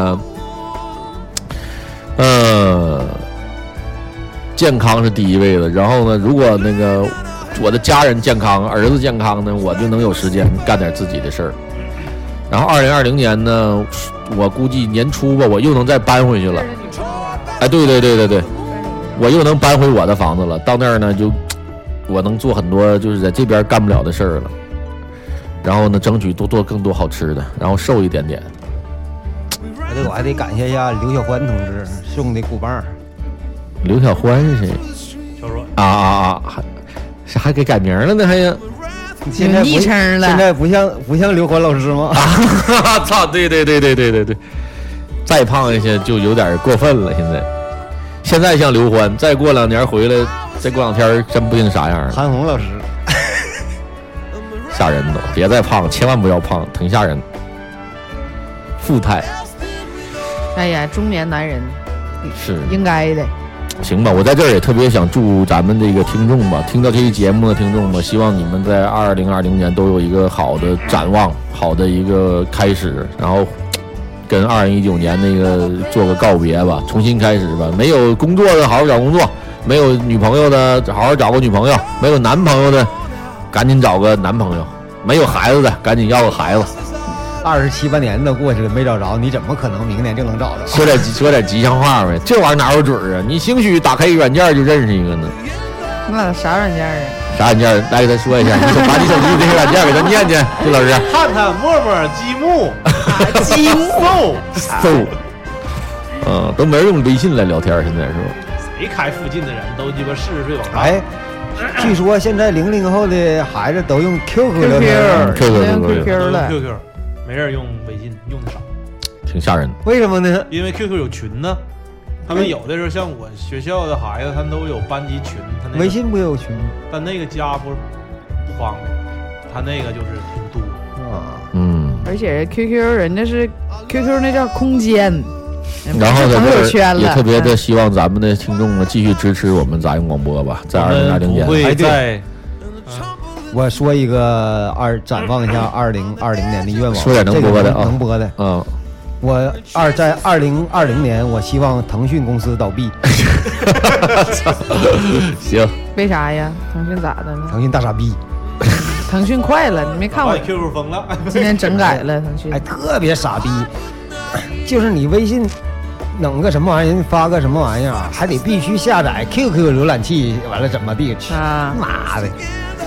S1: 呃，健康是第一位的。然后呢，如果那个我的家人健康、儿子健康呢，我就能有时间干点自己的事儿。然后二零二零年呢，我估计年初吧，我又能再搬回去了。哎，对对对对对，我又能搬回我的房子了。到那儿呢，就我能做很多就是在这边干不了的事儿了。然后呢，争取多做更多好吃的，然后瘦一点点。
S3: 哎对，我还得感谢一下刘小欢同志送的鼓棒儿，
S1: 刘小欢是谁
S2: 小说
S1: 啊啊啊！还是还给改名了呢？还呀？
S3: 现在不
S4: 昵称了
S3: 现在不像不像刘欢老师吗？
S1: 操！对对对对对对对，再胖一些就有点过分了。现在，现在像刘欢，再过两年回来，再过两天儿真不定啥样了，
S3: 韩红老师，
S1: 吓人都！别再胖了，千万不要胖，挺吓人。富态
S4: 哎呀，中年男人
S1: 是
S4: 应该的。
S1: 行吧，我在这儿也特别想祝咱们这个听众吧，听到这期节目的听众吧，希望你们在二零二零年都有一个好的展望，好的一个开始，然后跟二零一九年那个做个告别吧，重新开始吧。没有工作的好好找工作，没有女朋友的好好找个女朋友，没有男朋友的赶紧找个男朋友，没有孩子的赶紧要个孩子。
S3: 二十七八年都过去了没找着，你怎么可能明年就能找着？
S1: 说点吉说点吉祥话呗，这玩意儿哪有准儿啊？你兴许打开一个软件就认识一个呢。
S4: 那啥软件啊？
S1: 啥软件儿？来给他说一下，你手把你手机这些软件儿给他念念，杜老师。
S2: 探探、陌陌、积木、
S4: 积
S2: 啊 木，
S4: 啊
S1: 搜，嗯，啊都没人用微信来聊天儿，现在是吧？
S2: 谁开附近的人都鸡巴四十岁往上。
S3: 哎，据说现在零零后的孩子都用 QQ 聊天儿，
S1: 这
S4: 没
S1: 个
S4: 用
S1: 这个
S4: QQ 了，
S2: QQ，没人用微信，用的少，
S1: 挺吓人的。
S3: 为什么呢？
S2: 因为 QQ 有群呢。他们有的时候像我学校的孩子，他们都有班级群，他那
S3: 微
S2: 个，
S3: 信不也有群吗？
S2: 但那个加不不方便，他那个就是挺多。
S3: 啊，
S1: 嗯，
S4: 而且 QQ 人家是 QQ 那叫空间，哎
S1: 然后在
S4: 朋友
S1: 这
S4: 圈
S1: 儿
S4: 了，嗯
S1: 也特别的希望咱们的听众呢继续支持我们杂音广播吧，在
S2: 我
S1: 二零二
S2: 们
S1: 零年
S2: 不。会
S3: 哎对
S2: 在
S3: 我说一个二展望一下二零二零年的愿望，
S1: 说点能
S3: 这个
S1: 播的啊
S3: 能播的。
S1: 嗯，
S3: 我二在二零二零年，我希望腾讯公司 倒闭，
S1: 行，
S4: 为啥呀？腾讯咋的了？
S3: 腾讯大傻逼，
S4: 腾讯快了，你没看
S2: 把
S1: 哎
S4: 我
S2: 你 QQ 封了，
S4: 今天整改了腾讯
S3: 哎，？特别傻逼， 就是你微信弄个什么玩意儿，人家发个什么玩意儿，啊还得必须下载 QQ 浏览器，完了怎么地？去
S4: 啊
S3: 妈的！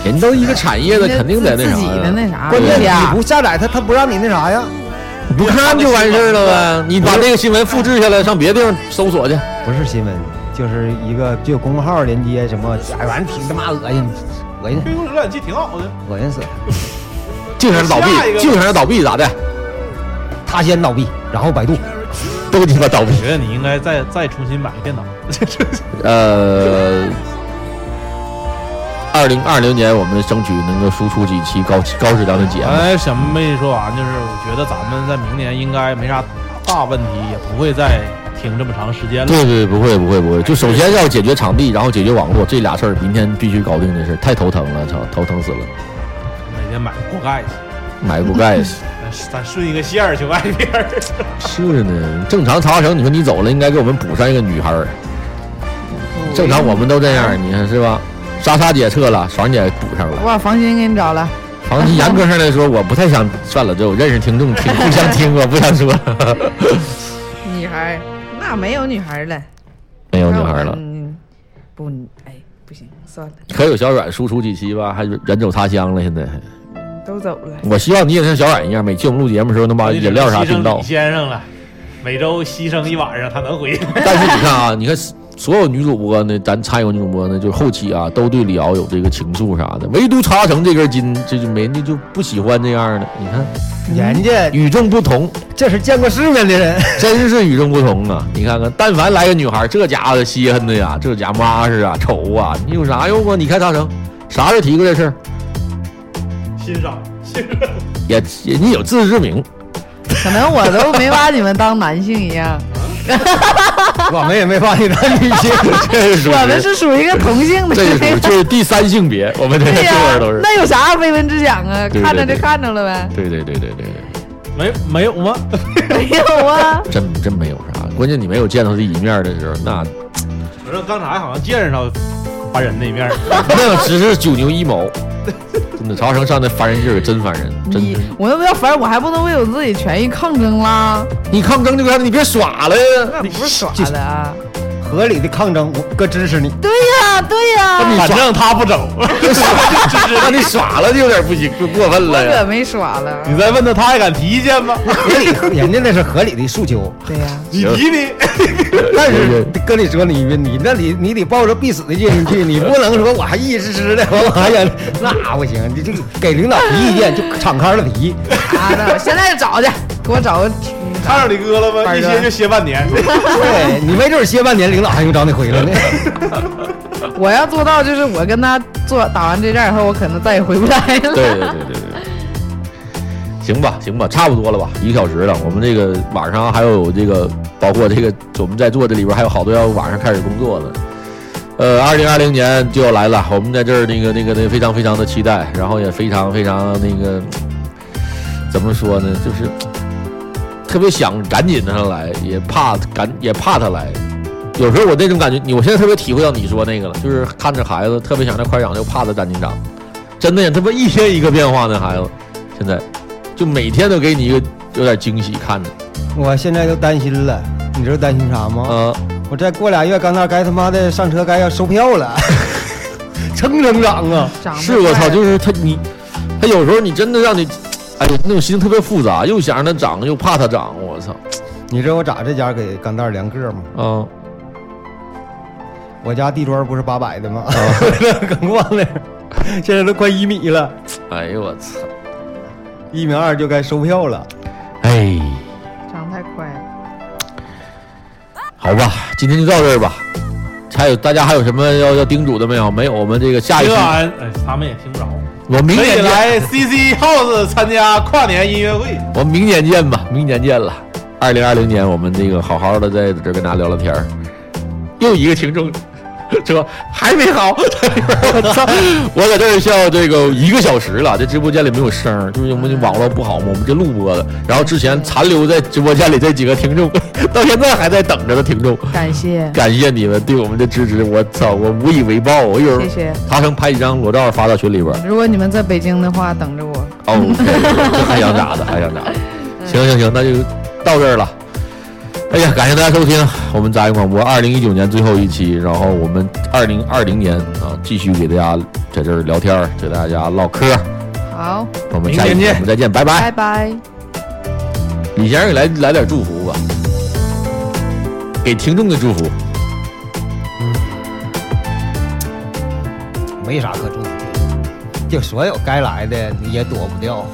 S1: 人都一个产业的，肯定得那
S4: 自
S1: 啥
S4: 己的
S1: 呀
S4: 那。啥，
S3: 关键
S4: 对
S3: 你
S4: 呀
S3: 不下载它，它不让你那啥呀？
S1: 不看就完事儿 了呗，你把这个新闻复制下来，上别地方搜索去。
S3: 不是新闻，就是一个就公号连接什么，哎，完挺他妈恶心，恶心
S2: QQ 浏览器挺好的，
S3: 恶心死了！
S1: 就想倒闭
S2: 下一，个
S1: 就想倒闭咋的？
S3: 他先倒闭，然后百度。
S1: 都鸡巴倒闭
S2: 我。觉得你应该再再重新买个电脑。
S1: 呃，二零二零年我们争取能够输出几期高高质量的节目。
S2: 刚才小妹说完，就是我觉得咱们在明年应该没啥大问题，也不会再停这么长时间了。
S1: 对对，不会不会不会，就首先要解决场地，然后解决网络这俩事儿，明天必须搞定的事儿，太头疼了，操，头疼死了，
S2: 每天买个锅盖去，
S1: 买 不盖去。
S2: 咱咱顺一个线儿去外 边儿。
S1: 啊是呢，正常曹小成，你说你走了，应该给我们补上一个女孩儿。正常我们都这样，你看是吧？莎莎姐撤了，爽姐补上了
S4: 我。把房心给你找了，
S1: 好，你严格上来说，我不太想算了，这我认识听众听，互相听，我不想说。
S4: 女孩儿那没有女孩儿了，
S1: 没有女孩了。
S4: 嗯，不，你哎，不行，算了，
S1: 可有小阮输出几期吧，还远走他乡了。现在，
S4: 都走了。
S1: 我希望你也像小阮一样，每期我们录节目的时候能把饮料啥订
S2: 牺牲
S1: 到
S2: 李。先生了，每周牺牲一晚上，他能回去。
S1: 但是你看啊，你看所有女主播呢，咱参与女主播呢，就是后期啊，都对李敖有这个情愫啥的，唯独查成这根筋，这就没人家就不喜欢这样的。你看，
S4: 嗯
S3: 人 家
S1: 与众不同，
S3: 这是见过世面 的人，
S1: 真是与众不同啊！你看看，但凡来个女孩，这家伙稀罕的呀，这家妈是啊，丑啊，你有啥用啊？你看查成，啥时候提过这事儿？
S2: 欣赏，欣赏。
S1: 也人家有自知之明。
S4: 可能我都没把你们当男性一样，
S3: 我们也没发现他女性。
S1: 这 是属于
S4: 我们是属于一个同性 的
S1: 这是属于就是第三性别，我们这个
S4: 对
S1: 这
S4: 呀、
S1: 玩意儿都是。
S4: 那有啥绯闻之想啊？
S1: 对对
S4: 看着
S1: 对
S4: 就看着了呗，
S1: 对对对对对对。
S2: 没没有吗？
S4: 没有啊。
S1: 真真没有啥，关键你没有见到他一面的时候， 那
S2: 我说刚才好像见识到烦人那一 面了，
S1: 那只是九牛一毛。真的，曹生上那烦人劲儿可真烦人，真
S4: 你
S1: 的。
S4: 我要不要反正我还不能为我自己权益抗争啦？
S1: 你抗争就看，你别耍了呀！
S4: 那不是耍的啊！
S3: 合理的抗争，我哥支持你。
S4: 对呀、对呀、
S1: 你
S2: 反
S1: 耍，
S2: 正他不 走。
S1: 那你耍了就有点不行，过分
S4: 我
S1: 了
S4: 可
S1: 呀。
S4: 没耍了。
S2: 你再问他，他还敢提意见 吗？
S3: 合理，人家那是合理的诉求。
S4: 对呀、
S2: 你提你，
S3: 但是跟你说，你你那里你得抱着必死的劲去，你不能说我还意思是的， 我还想那不行，你就给领导提意见就敞开了提。
S4: 啊，那 我现在就找去，给我找个。
S2: 看上你哥 了吗？
S4: 板
S2: 一
S4: 砖
S2: 歇就歇半 年。
S3: 对你没准歇半年，领导还用找你回来呢。
S4: 我要做到就是我跟他做打完这仗以后，我可能再也回不来 了。
S1: 对对对对对。行吧，行吧，差不多了吧，一个小时了。我们这个晚上还有这个，包括这个我们在座这里边还有好多要晚上开始工作的。呃，二零二零年就要来了，我们在这儿那个那个那个非常非常的期待，然后也非常非常那个怎么说呢，就是特别想赶紧让他来，也怕赶也怕他来。有时候我那种感觉，你我现在特别体会到你说那个了，就是看着孩子特别想他快长，就怕他赶紧长。真的呀，他不一天一个变化呢，孩子，现在就每天都给你一个有点惊喜看着
S3: 我现在都担心了，你知道担心啥吗？
S1: 啊、
S3: 我再过俩月，刚那该他妈的上车该要收票了， 蹭蹭涨啊！
S4: 长得
S1: 是我操，
S4: 帅
S1: 就是他你，他有时候你真的让你，哎呦，那种心特别复杂，又想让他长，又怕他长，我操
S3: 你知道我咋这家给干蛋量个吗？
S1: 啊！
S3: 我家地砖不是八百的吗？ 更忘了，现在都快一米了，
S1: 哎呦我操，
S3: 一米二就该收票了。
S1: 哎，
S4: 长太快了。
S1: 好吧，今天就到这儿吧。还有大家还有什么要要叮嘱的没有？没有，我们这个下一
S2: 这
S1: 期，
S2: 俺哎，他们也听不着。
S1: 我明
S2: 可以
S1: 年见，
S2: 来 CC House 参加跨年音乐会。
S1: 我明年见吧，明年见了。二零二零年，我们这个好好的在这儿跟大家聊聊天儿。又一个听众说还没好， 我操！我在这儿笑这个一个小时了，这直播间里没有声儿，就是因为网络不好嘛，我们这录播的。然后之前残留在直播间里这几个听众， 到现在还在等着的听众，
S4: 感谢，
S1: 感谢你们对我们的支持，我操，我无以为报。我一会儿
S4: 谢谢。
S1: 他能拍几张裸照发到群里边儿。
S4: 如果你们在北京的话，等着我。
S1: 哦， 这还想咋的？还想咋的？
S4: 嗯
S1: 行行行，那就到这儿了。哎呀，感谢大家收听我们杂音广播二零一九年最后一期，然后我们二零二零年啊，继续给大家在这儿聊天儿，给大家唠嗑儿。
S4: 好，
S1: 我们下一
S2: 明
S1: 期
S2: 天见
S1: 我们再见，拜拜
S4: 拜。拜。
S1: 李先生给来来点祝福吧，给听众的祝福。
S3: 没啥可祝的，就所有该来的你也躲 不掉，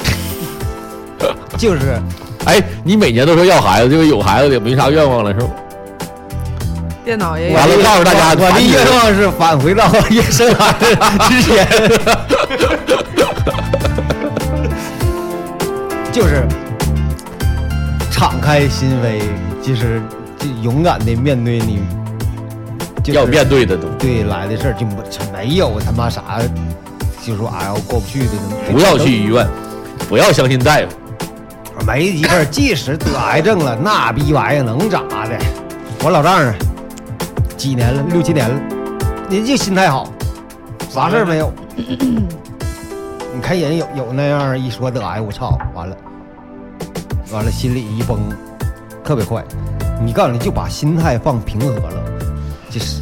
S3: 就是
S1: 哎，你每年都说要孩子，这个有孩子的没啥愿望了是吧？
S4: 电脑也有
S1: 完了，告诉大家，
S3: 我的愿望是返回到夜生孩子之前， 就是敞开心扉，就是就勇敢的面对你，就是、
S1: 要面对的都
S3: 对来的事儿，就没没有他妈啥，就说哎呀我过不去的，
S1: 不要去医院，不要相信大夫。
S3: 没一份儿，即使得癌症了，那逼玩意儿能咋的？我老丈人几年了，六七年了，人就心态好，啥事儿没有。你看人有有那样儿一说得癌，我操，完了，完了心里一崩，特别快。你告诉你就把心态放平和了，就是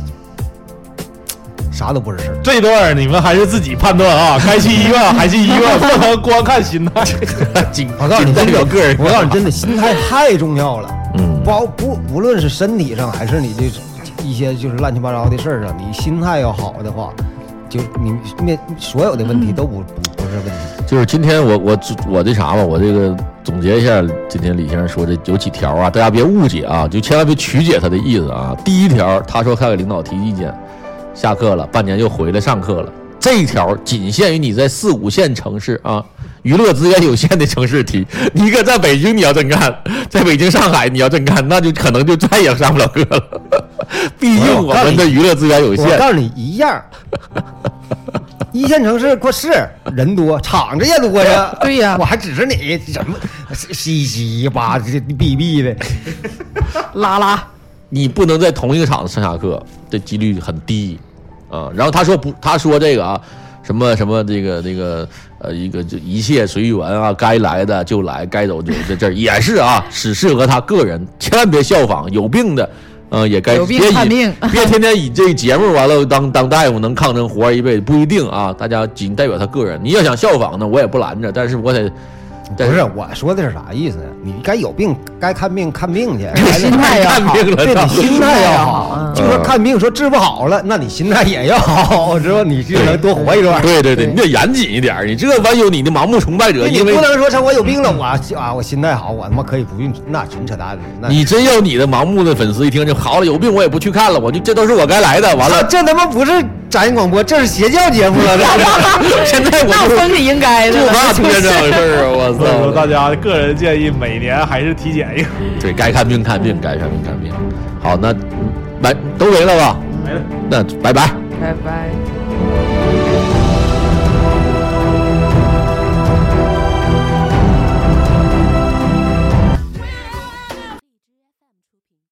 S3: 啥都不是事儿。
S2: 这段你们还是自己判断 啊，该去医院还去医院，不能光看心 态。
S1: 仅
S3: 我告诉你，
S1: 仅代
S3: 真
S1: 表
S3: 的
S1: 个 人，啊
S3: 我告诉你，真的，心态太重要了。
S1: 嗯
S3: 包不无论是身体上还是你这一些就是乱七八糟的事儿上，你心态要好的话，就你面所有的问题都不
S1: 嗯
S3: 不不是问题。
S1: 就是今天我我我这啥吧，我这个总结一下，今天李先生说的有几条啊，大家别误解啊，就千万别曲解他的意思啊。第一条，他说他给领导提意见，下课了，半年又回来上课了，这一条仅限于你在四五线城市啊，娱乐资源有限的城市踢。你搁在北京，你要真干，在北京、上海你要真干，那就可能就再也上不了课了。毕竟我们的娱乐资源有
S3: 我
S1: 限。
S3: 告诉你一样，一线城市过是人多，场子也多呀。
S4: 对呀
S3: 我还指着你什么西西吧，这逼逼的，
S4: 拉拉，
S1: 你不能在同一个场子上下课，这几率很低啊。然后他说不，他说这个啊，什么什么这个这个呃，一个就一切随缘啊，该来的就来，该走就走，这这儿也是啊，只适合他个人，千万别效仿，有病的。嗯，也该
S4: 有病
S1: 别以
S4: 看病
S1: 别天天以这节目完了当当大夫能抗争活一辈子不一定啊。大家仅代表他个人，你要想效仿呢，我也不拦着，但是我得，但
S3: 不是我说的是啥意思呢？你该有病该看病看病去，
S1: 这
S3: 该
S1: 心态要好
S3: 看病了对你心态要
S4: 嗯
S3: 好，就说看病说治不好了，那你心态也要好，之后你就能多活一段。
S1: 对对对，你
S4: 对
S1: 得严谨一点儿，你这万有你的盲目崇拜者，
S3: 对
S1: 因
S3: 你
S1: 为
S3: 不能说成我有病了，我啊我心态好，我他妈可以不用，那纯扯淡。那
S1: 你真要你的盲目的粉丝一听就好了，有病我也不去看了，我就这都是我该来的。完
S3: 这
S1: 了，
S3: 这他妈不是杂音广播，这是邪教节目了，这是。
S1: 现在我
S4: 那
S1: 就
S4: 分是应该的
S1: 就
S4: 了。
S1: 怕出现这种
S4: 就是
S1: 事儿啊！
S2: 所以说
S1: 我操，
S2: 大家个人建议每年还是体检一个。
S1: 对该看病看病，该看病看病。好，那嗯来都没了吧？
S2: 没了。
S1: 那拜拜。
S4: 拜拜。